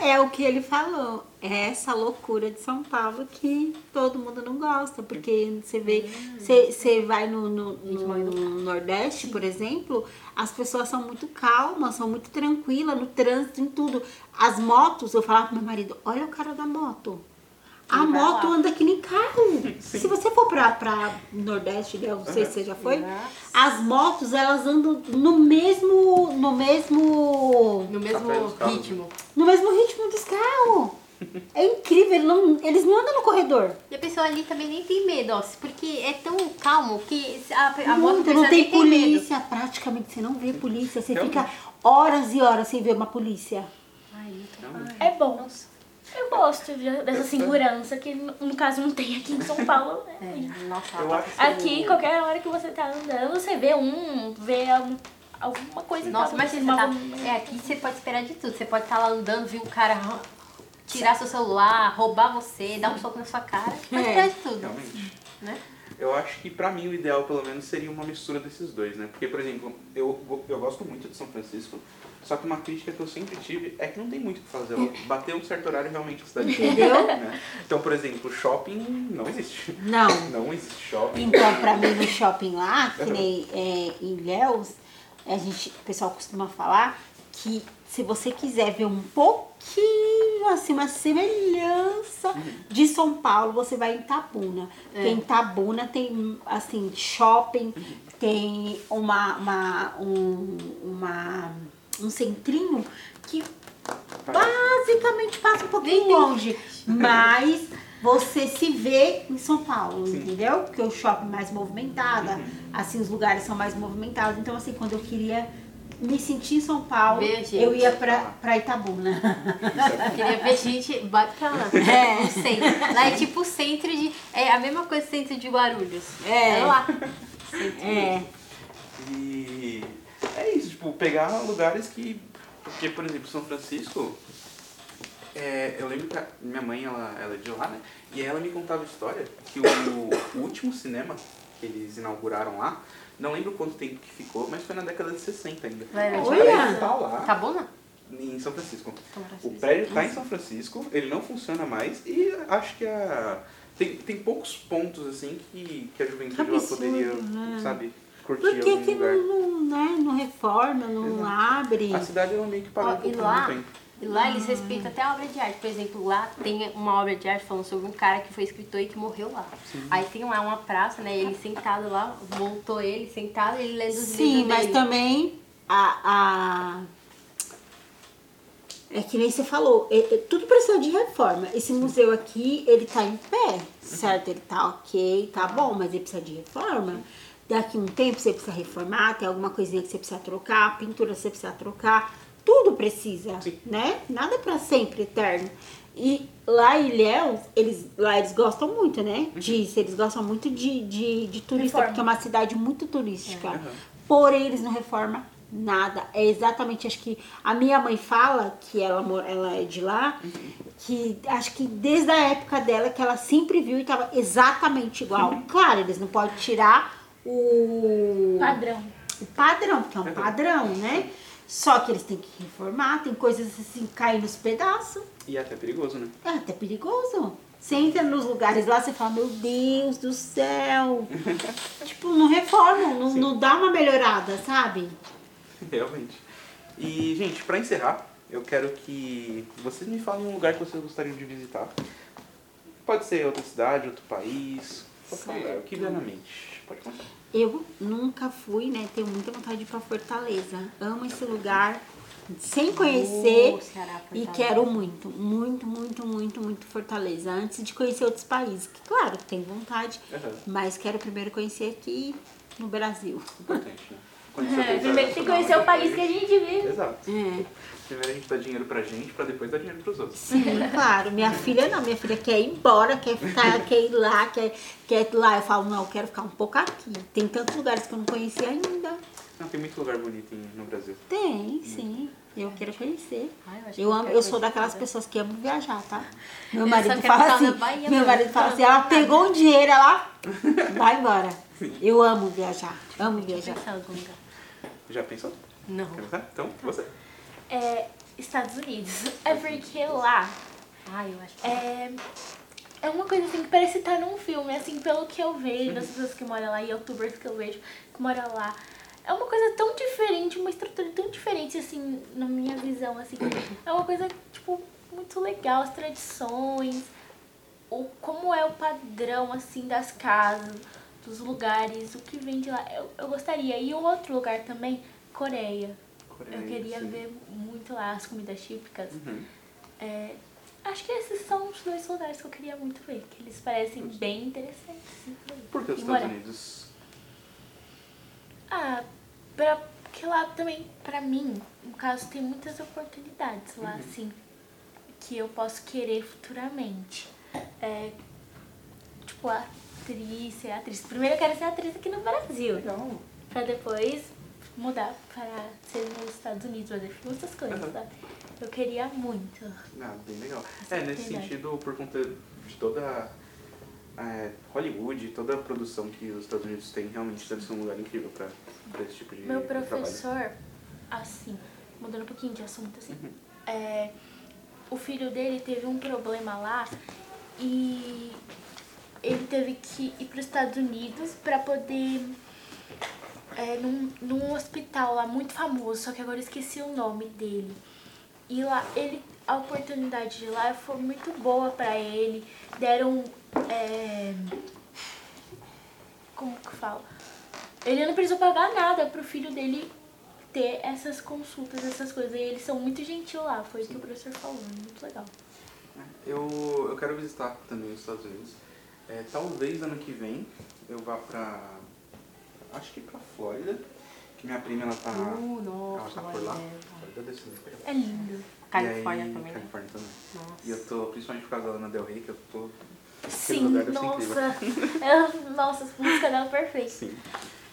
S2: É o que ele falou. É essa loucura de São Paulo que todo mundo não gosta. Porque você vê, você você vai no, no- no Nordeste, por exemplo, as pessoas são muito calmas, são muito tranquilas no trânsito, em tudo. As motos, eu falava pro meu marido, olha o cara da moto. A
S4: Ele vai
S2: moto
S4: lá.
S2: anda que nem carro. Se você for pra, pra Nordeste, né, eu não sei se você já foi,
S4: Uhum.
S3: Nossa.
S2: as motos elas andam no mesmo. no mesmo.
S1: Tá
S3: No mesmo
S1: Atrás dos carros,
S3: ritmo.
S2: No mesmo ritmo dos carros. É incrível, ele não- eles não andam no corredor.
S3: E a pessoa ali também nem tem medo, ó, porque é tão calmo que a, a moto
S2: Muito, não
S3: precisa
S2: tem
S3: nem ter medo.
S2: polícia, praticamente você não vê polícia. Você
S1: Realmente.
S2: fica horas e horas sem ver uma polícia.
S3: Ai, eu tô-
S1: Realmente.
S4: É bom. Eu gosto de- dessa segurança que, no no caso, não tem aqui em São Paulo. Né?
S3: É, nossa,
S1: Eu
S3: tá-
S1: acho que
S4: Aqui, qualquer hora que você tá andando, você vê um, vê um- alguma coisa
S3: Nossa,
S4: que
S3: mas você
S4: uma
S3: tá,
S4: volume-
S3: é, aqui você pode esperar de tudo. Você pode estar lá andando, vir o cara arran- tirar seu celular, roubar você, dar um soco na sua cara. Pode
S2: É.
S3: esperar de tudo,
S1: Realmente.
S3: né?
S1: Eu acho que pra mim o ideal, pelo menos, seria uma mistura desses dois, né? Porque, por exemplo, eu, go- eu gosto muito de São Francisco, só que uma crítica que eu sempre tive é que não tem muito o que fazer. lá. Bateu um certo horário realmente a cidade
S2: Entendeu?
S1: né? Então, por exemplo, shopping não existe.
S2: Não.
S1: Não existe shopping.
S2: Então, pra mim, no shopping lá, que nem é, em Léus, a gente, o pessoal costuma falar que se você quiser ver um pouquinho, assim, uma semelhança de São Paulo, você vai em Tabuna. Porque em Tabuna tem, assim, shopping, tem uma, uma, um, uma- um centrinho que basicamente passa um pouquinho longe, mas você se vê em São Paulo, entendeu? Porque o shopping é mais movimentado,
S1: Uhum.
S2: assim, os lugares são mais movimentados. Então, assim, quando eu queria me sentir em São Paulo,
S3: Ver gente.
S2: eu ia pra, pra né? Itabuna.
S3: Eu queria ver gente, bate pra lá.
S2: É.
S3: O centro. Lá é tipo o centro de. É a mesma coisa que o centro de Guarulhos.
S2: É.
S3: lá.
S2: É,
S1: E é isso, tipo, pegar lugares que. Porque, por exemplo, São Francisco. é, eu lembro que a minha mãe, ela, ela é de lá, né? E ela me contava a história que o, o último cinema que eles inauguraram lá, não lembro quanto tempo que ficou, mas foi na década de 60 ainda.
S3: Vai,
S1: O
S2: né?
S3: vai.
S1: prédio tá lá,
S3: Tá bom, não?
S1: em São Francisco.
S3: Então, pra
S1: O
S3: vocês.
S1: prédio tá em São Francisco, ele não funciona mais e acho que a. Tem, tem poucos pontos assim que, que a juventude lá
S2: Absurdo,
S1: poderia,
S2: né?
S1: sabe, curtir
S2: por que
S1: algum
S2: que
S1: lugar.
S2: não, não, né, não reforma, não abre?
S1: A cidade ela meio que parou
S3: Ó,
S1: um pouco
S3: e
S1: no
S3: lá,
S1: tempo.
S3: e lá eles respeitam até a obra de arte. Por exemplo, lá tem uma obra de arte falando sobre um cara que foi escritor e que morreu lá. Aí tem lá uma praça, né? Ele sentado lá, voltou ele sentado, ele lendo os
S2: Sim,
S3: livros
S2: mas
S3: dele.
S2: também a, a- É que nem você falou, é- é- tudo precisa de reforma. Esse museu aqui, ele tá em pé, certo? Ele tá ok, tá bom, mas ele precisa de reforma. Daqui um tempo você precisa reformar, tem alguma coisinha que você precisa trocar, pintura você precisa trocar, tudo precisa,
S1: Sim.
S2: né? Nada é pra sempre eterno. E lá em Ilhéus, eles, lá eles gostam muito, né?
S3: Uhum.
S2: Disso, eles gostam muito de, de, de turista,
S4: Reforma.
S2: porque é uma cidade muito turística.
S1: Aham.
S2: Porém, eles não reformam nada. É exatamente, acho que a minha mãe fala, que ela, mo- ela é de lá, que acho que desde a época dela, que ela sempre viu e tava exatamente igual. Claro, eles não podem tirar o
S4: um Padrão.
S2: o padrão, porque é um padrão, né? Só que eles têm que reformar, tem coisas assim caindo nos pedaços.
S1: E é até perigoso, né?
S2: É até perigoso. Você entra nos lugares lá, você fala, meu Deus do céu. tipo, não reformam, não, não dá uma melhorada, sabe?
S1: Realmente. E, gente, pra encerrar, eu quero que vocês me falem um lugar que vocês gostariam de visitar. Pode ser outra cidade, outro país, qualquer lugar, o que vier na mente. Pode contar.
S2: Eu nunca fui, né? Tenho muita vontade de ir pra Fortaleza. Amo esse lugar, sem conhecer.
S3: Uh, Ceará,
S2: E
S3: Fortaleza.
S2: quero muito, muito, muito, muito, muito Fortaleza. Antes de conhecer outros países, que claro, tenho vontade,
S1: Aham.
S2: mas quero primeiro conhecer aqui no Brasil.
S1: Importante, né? Conhecer o
S4: É,
S1: país
S4: primeiro tem que
S1: nacional,
S4: conhecer
S1: né?
S4: o país que a gente vive.
S1: Exato.
S2: É,
S1: Primeiro a gente dá dinheiro pra gente, pra depois dar dinheiro pros outros.
S2: sim, claro. Minha filha não, minha filha quer ir embora, quer ficar, quer ir lá, quer, quer ir lá. Eu falo, não, eu quero ficar um pouco aqui. Tem tantos lugares que eu não conheci ainda.
S1: Não, tem muito lugar bonito em- no Brasil.
S2: Tem, sim. Eu quero conhecer.
S3: Ai, Ah, eu acho que
S2: Eu, amo,
S3: quero
S2: eu sou
S3: conhecer
S2: daquelas
S3: nada.
S2: pessoas que amam viajar, tá? Meu
S3: Eu
S2: marido
S3: só quero
S2: fala
S3: ficar na
S2: assim,
S3: Bahia né?
S2: meu
S3: mesmo.
S2: marido fala assim, ela pegou um dinheiro, ela vai embora. Eu amo viajar, amo viajar.
S3: Pensar em algum lugar.
S1: Já pensou?
S3: Não.
S1: Quer pensar? Então, você.
S4: É, Estados Unidos. É porque lá
S3: Ai, eu acho que.
S4: é, é uma coisa assim que parece estar num filme, assim, pelo que eu vejo, das pessoas que moram lá e youtubers que eu vejo que moram lá. É uma coisa tão diferente, uma estrutura tão diferente, assim, na minha visão, assim. É uma coisa, tipo, muito legal, as tradições, o, como é o padrão, assim, das casas, dos lugares, o que vende lá. Eu, eu gostaria. E o outro lugar também, Coreia.
S1: Coreia,
S4: Eu queria
S1: sim.
S4: ver muito lá as comidas típicas.
S1: É Uhum.
S4: É, acho que esses são os dois lugares que eu queria muito ver, que eles parecem bem interessantes. assim, pra ir.
S1: Por que os
S4: E
S1: Estados
S4: morar.
S1: Unidos?
S4: Ah, pra, porque lá também, pra mim, no caso, tem muitas oportunidades lá, assim, que eu posso querer futuramente. É, tipo, atriz, ser atriz. Primeiro eu quero ser atriz aqui no Brasil,
S1: Legal.
S4: pra depois mudar para ser nos Estados Unidos, fazer muitas coisas,
S1: Aham.
S4: tá? Eu queria muito.
S1: Ah, bem legal.
S4: Isso
S1: É,
S4: é
S1: nesse
S4: verdade.
S1: sentido, por conta de toda é, Hollywood, toda a produção que os Estados Unidos têm, realmente deve ser um lugar incrível pra, pra esse tipo de
S4: Meu
S1: trabalho.
S4: professor, assim, mudando um pouquinho de assunto, assim, é, o filho dele teve um problema lá e ele teve que ir para os Estados Unidos para poder é, num, num hospital lá muito famoso, só que agora eu esqueci o nome dele. E lá, ele, a oportunidade de lá foi muito boa pra ele. Deram. é, como que fala? Ele não precisou pagar nada pro filho dele ter essas consultas, essas coisas. E eles são muito gentil lá, foi o que o professor falou, muito legal.
S1: Eu, eu quero visitar também os Estados Unidos. É, talvez ano que vem eu vá pra. Acho que pra Flórida, que minha prima ela tá.
S3: Uh,
S1: ela
S3: nossa,
S1: tá por lá.
S3: olha.
S1: Flórida desse mesmo.
S4: É lindo.
S3: Califórnia
S1: E aí-
S3: também, né?
S1: Califórnia também. E
S3: Nossa.
S1: eu tô, principalmente por causa da Lana Del Rey, que eu tô.
S4: Sim,
S1: lugar deve ser
S4: nossa. Ela- nossa, as músicas dela é perfeita.
S1: Sim.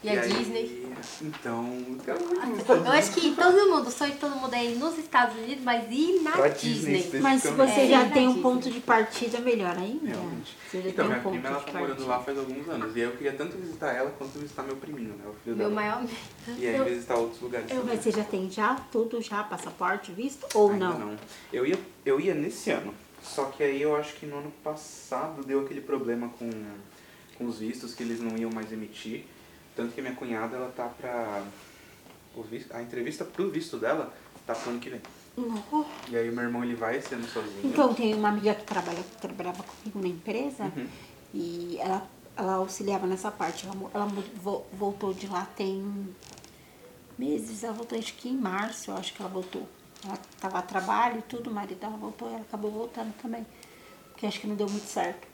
S3: E a Disney?
S1: Então, eu quero muito nos Estados
S3: Eu
S1: Unidos.
S3: acho que todo mundo, o sonho de todo mundo é ir nos Estados Unidos, mas ir na
S1: Pra Disney,
S3: Disney.
S1: especificamente.
S2: Mas se você
S3: É,
S2: já
S3: na
S2: tem um
S3: Disney.
S2: ponto de partida, melhor ainda.
S1: Realmente.
S2: Você já
S1: Então,
S2: tem
S1: minha
S2: um ponto
S1: prima ela
S2: de
S1: tá
S2: partida.
S1: morando lá faz alguns anos. E aí eu queria tanto visitar ela quanto visitar meu priminho, né? O filho
S3: Meu
S1: dela.
S3: maior medo.
S1: E aí
S4: Eu-
S1: visitar outros lugares. também.
S2: Mas você já tem já tudo, já passaporte, visto ou
S1: Ainda
S2: não?
S1: Eu ia, eu ia nesse ano. Só que aí eu acho que no ano passado deu aquele problema com, com os vistos que eles não iam mais emitir. Tanto que minha cunhada, ela tá pra. o vis- a entrevista pro visto dela tá pro ano que vem.
S2: Não. oh.
S1: E aí meu irmão ele vai esse ano sozinho.
S2: Então, tem uma amiga que trabalha, que trabalhava comigo na empresa e ela, ela auxiliava nessa parte. Ela, mo- ela mo- vo- voltou de lá tem meses, ela voltou acho que em março, eu acho que ela voltou. Ela tava a trabalho e tudo, o marido dela voltou e ela acabou voltando também. Porque acho que não deu muito certo.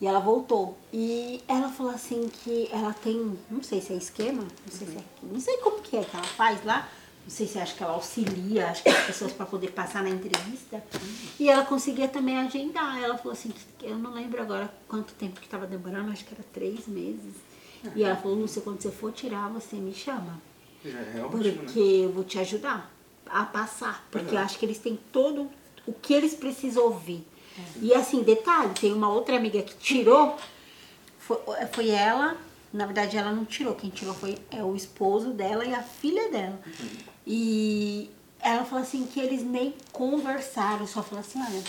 S2: E ela voltou. E ela falou assim que ela tem, não sei se é esquema, não sei se é, não sei como que é que ela faz lá. Não sei se acho que ela auxilia acho que as pessoas para poder passar na entrevista. E ela conseguia também agendar. Ela falou assim, que- eu não lembro agora quanto tempo que estava demorando, acho que era três meses. E ela falou, Lúcia, quando você for tirar, você me chama.
S1: Já é ótimo,
S2: Porque
S1: né?
S2: eu vou te ajudar a passar. Porque
S1: Uhum.
S2: eu acho que eles têm todo o que eles precisam ouvir. E assim, detalhe, tem uma outra amiga que tirou, foi, foi ela, na verdade ela não tirou, quem tirou foi é o esposo dela e a filha dela. E ela falou assim que eles nem conversaram, só falou assim, olha,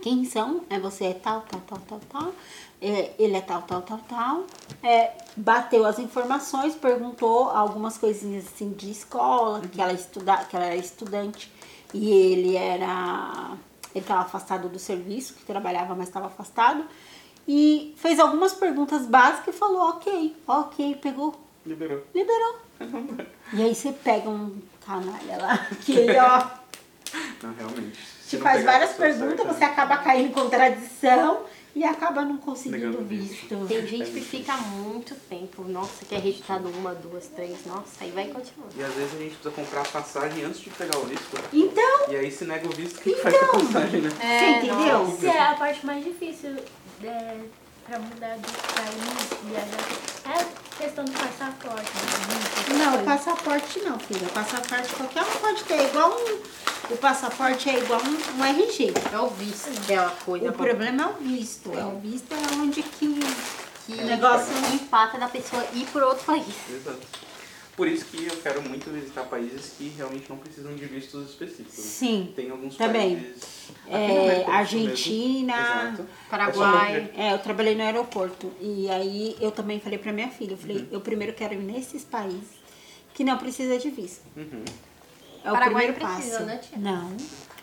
S2: quem são? É você é tal, tal, tal, tal, tal. É, ele é tal, tal, tal, tal. É, bateu as informações, perguntou algumas coisinhas assim de escola, que ela estuda, que ela era estudante e ele era ele estava afastado do serviço, que trabalhava, mas estava afastado. E fez algumas perguntas básicas e falou, ok, ok, pegou,
S1: Liberou.
S2: liberou. E aí você pega um canalha lá, que ele, ó,
S1: Não, realmente. Se
S2: te
S1: não pegar tá
S2: faz
S1: a
S2: várias
S1: pessoa
S2: perguntas,
S1: certa, né?
S2: você acaba caindo em contradição e acaba não conseguindo
S1: Negando visto.
S2: visto.
S3: Tem gente que fica muito tempo, nossa, que é registrado uma, duas, três, nossa, aí vai continuando.
S1: E às vezes a gente precisa comprar a passagem antes de pegar o visto.
S2: Então,
S1: E aí se nega o visto, quem que faz com a passagem, né?
S2: você entendeu?
S4: Isso é a parte mais difícil é, pra mudar de país, viajar. É a questão do passaporte. né?
S2: Não, o passaporte não, filha. O passaporte qualquer um pode ter. É igual um, o passaporte é igual um, um RG.
S3: É o visto que é uma coisa
S2: O problema é o visto. É o visto é onde que
S3: que
S2: o negócio-
S3: empata da pessoa ir por outro país.
S1: Exato. Por isso que eu quero muito visitar países que realmente não precisam de vistos específicos. né?
S2: Sim,
S1: Tem alguns
S2: também.
S1: países. aqui
S2: É,
S1: na América do Sul
S2: Argentina,
S1: mesmo. Exato.
S3: Paraguai.
S1: É só-
S2: É, eu trabalhei no aeroporto e aí eu também falei pra minha filha, eu falei,
S1: Uhum.
S2: eu primeiro quero ir nesses países que não precisa de visto.
S1: Uhum.
S2: É o
S3: Paraguai
S2: primeiro
S3: não precisa,
S2: passo.
S3: né, tia?
S2: Não,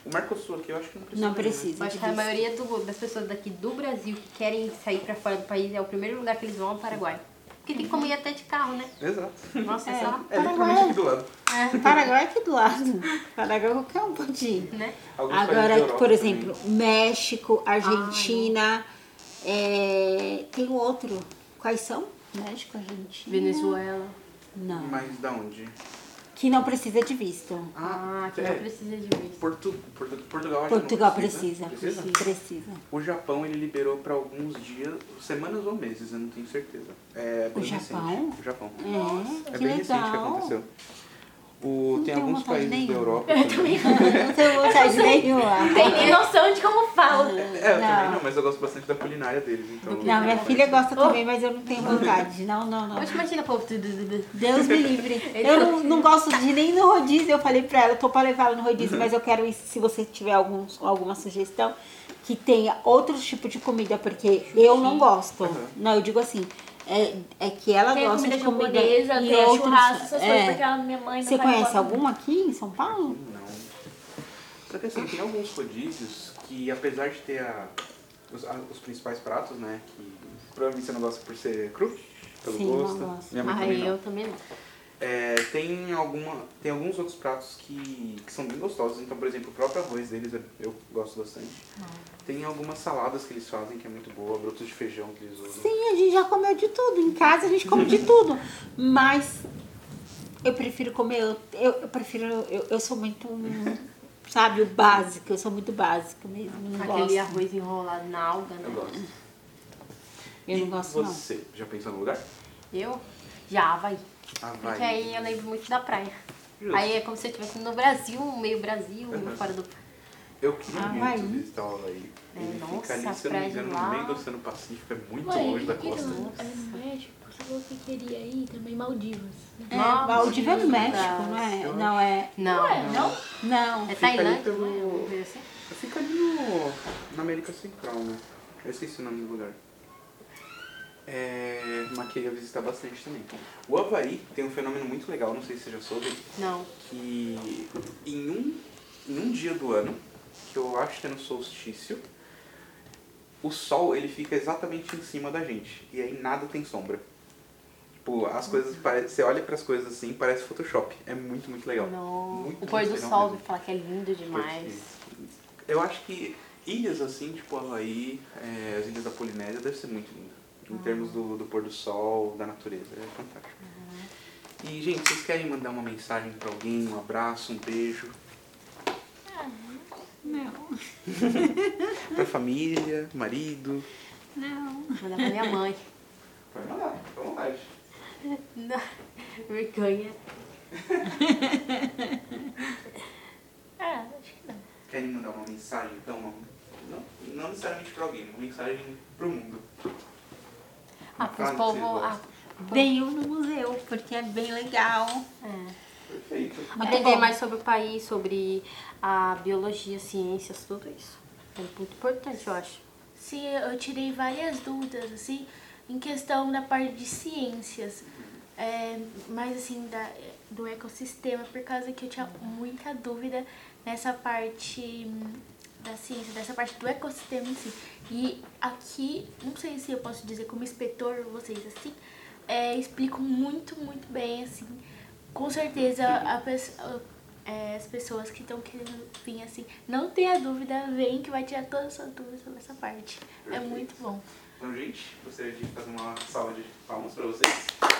S1: O Mercosul aqui eu acho que não precisa.
S2: não
S1: né?
S2: precisa.
S3: Eu acho
S2: de
S3: que a
S2: visto.
S3: maioria do- das pessoas daqui do Brasil que querem sair pra fora do país é o primeiro lugar que eles vão ao Paraguai. Porque tem como ir até de carro, né?
S1: Exato.
S3: Nossa, é.
S2: É.
S3: só.
S1: É literalmente aqui do lado.
S2: Paraguai é aqui do lado. Paraguai qualquer um pode ir.
S3: Né?
S1: Alguns países da
S2: Agora,
S1: Europa
S2: por exemplo, México, Argentina, é, tem o outro. Quais são? México, Argentina.
S3: Venezuela.
S2: ah.
S1: também.
S2: Não.
S1: Mas da onde?
S2: Que não precisa de visto.
S3: Ah,
S1: É.
S3: que não precisa de visto.
S1: Portu, Portu- Portugal acho que não
S2: Portugal precisa.
S1: Precisa?
S2: Precisa.
S1: O Japão ele liberou pra alguns dias, semanas ou meses, eu não tenho certeza. É bem
S2: O Japão?
S1: recente. O Japão.
S2: É,
S1: É
S2: que
S1: bem recente que
S2: legal.
S1: aconteceu. O, tem
S2: tenho
S1: alguns
S2: vontade
S1: países da
S2: nenhuma.
S1: Europa. também.
S2: Eu não tenho vontade nenhuma.
S4: Tem nem noção de como fala.
S1: É, eu também
S2: Não.
S1: não, mas eu gosto bastante da culinária deles. Então,
S2: Não, minha filha gosta também, mas eu não tenho vontade. Não, não, não.
S3: Hoje imagina o povo. tu, tu, tu, tu.
S2: Deus me livre. Eu
S4: tá-
S2: não, não gosto de nem no rodízio. Eu falei pra ela, eu tô pra levar ela no rodízio, mas eu quero isso se você tiver alguns, alguma sugestão que tenha outro tipo de comida, porque eu não gosto.
S1: Uhum.
S2: Não, eu digo assim, é, é que ela
S4: Tem a
S2: gosta
S4: comida
S2: de comida
S4: japonesa,
S2: e
S4: tem a
S2: outros-
S4: churrasco, essas
S2: é.
S4: coisas, porque a minha mãe não
S2: Você
S4: vai
S2: conhece
S4: embora.
S2: alguma aqui em São Paulo?
S1: Não. Só que assim, tem alguns rodízios que apesar de ter a- os, a- os principais pratos, né? Que provavelmente você não gosta por ser cru, pelo
S2: Sim, não
S1: gosto.
S2: gosto.
S1: Minha mãe
S3: Ah,
S1: também não.
S3: eu também não.
S1: É, tem, alguma, tem alguns outros pratos que, que são bem gostosos. Então, por exemplo, o próprio arroz deles é- eu gosto bastante.
S3: Hum.
S1: Tem algumas saladas que eles fazem que é muito boa, brotos de feijão que eles usam.
S2: Sim, a gente já comeu de tudo. Em casa a gente come de tudo. Mas eu prefiro comer. Eu, eu, eu prefiro. Eu, eu sou muito. hum, Sabe, o básico. Eu sou muito básico mesmo. Não
S3: Aquele
S2: gosto.
S3: arroz enrolado na alga, né?
S1: Eu gosto.
S2: Eu não
S1: E
S2: gosto, não.
S1: Você já pensou no lugar?
S3: Eu? Já, vai.
S1: Ah, vai.
S3: Porque aí eu lembro muito da praia.
S1: Justo.
S3: Aí é como se eu estivesse no Brasil, meio Brasil, meio
S1: Uhum.
S3: fora do...
S1: Eu queria
S2: Ah, vai.
S1: muito visitar o Havaí.
S3: É,
S1: Ele
S3: nossa,
S1: fica ali, se eu não me
S3: praia
S1: engano,
S3: de lá.
S1: no meio do Oceano Pacífico, é muito
S4: Mãe,
S1: longe da
S4: eu queria
S1: costa.
S4: um- é no México, você falou que queria ir também Maldivas.
S2: É,
S3: Nossa,
S2: Maldiva é no
S3: Deus.
S2: México, não é? Não é.
S3: Não,
S4: Ué, não?
S2: Não.
S3: É
S1: Fica ali
S3: Tailândia,
S1: pelo-
S3: né? Uma coisa assim.
S1: Fica ali no, na América Central, né? Eu esqueci o nome do lugar. É, mas queria visitar bastante também. O Havaí tem um fenômeno muito legal, não sei se você já soube,
S3: Não.
S1: que em um, em um dia do ano, que eu acho que é no solstício, o sol ele fica exatamente em cima da gente. E aí nada tem sombra. Tipo, as coisas parecem. Você olha pras coisas assim, parece Photoshop. É muito, muito legal.
S3: Não.
S1: Muito, né?
S3: o pôr
S1: muito
S3: do
S1: legal
S3: sol,
S1: mesmo.
S3: vou falar que é lindo demais.
S1: Porque Eu acho que ilhas assim, tipo Havaí, é, as ilhas da Polinésia, deve ser muito lindo.
S3: Ah.
S1: Em termos do, do pôr do sol, da natureza. É fantástico.
S3: Uhum.
S1: E, gente, vocês querem mandar uma mensagem pra alguém? Um abraço, um beijo?
S2: Não.
S3: Hum.
S1: Pra família, marido?
S2: Não.
S3: Vou mandar pra minha mãe.
S1: Pode mandar, fica à vontade.
S3: Não. Vergonha.
S4: Ah, acho que não.
S1: Querem mandar uma mensagem, então? Uma, não, não necessariamente pra alguém, uma mensagem pro mundo. Fala
S3: Ah, pros
S1: que
S3: povos...
S1: vocês
S3: Ah,
S2: Venham um no museu, porque é bem legal.
S3: é.
S1: Perfeito.
S3: Aprender
S2: bom.
S3: mais sobre o país, sobre a biologia, ciências, tudo isso. É muito importante, eu acho.
S4: Sim, eu tirei várias dúvidas, assim, em questão da parte de ciências. É, mas assim, da, do ecossistema, por causa que eu tinha muita dúvida nessa parte hum, da ciência, dessa parte do ecossistema em si. E aqui, não sei se eu posso dizer como inspetor, vocês assim, é, explicam muito, muito bem, assim. Com certeza a pessoa- é, as pessoas que estão querendo vir assim, não tenha dúvida, vem que vai tirar todas as suas dúvidas sobre essa parte. É muito bom.
S1: Então, gente, gostaria de fazer uma salva de palmas pra vocês.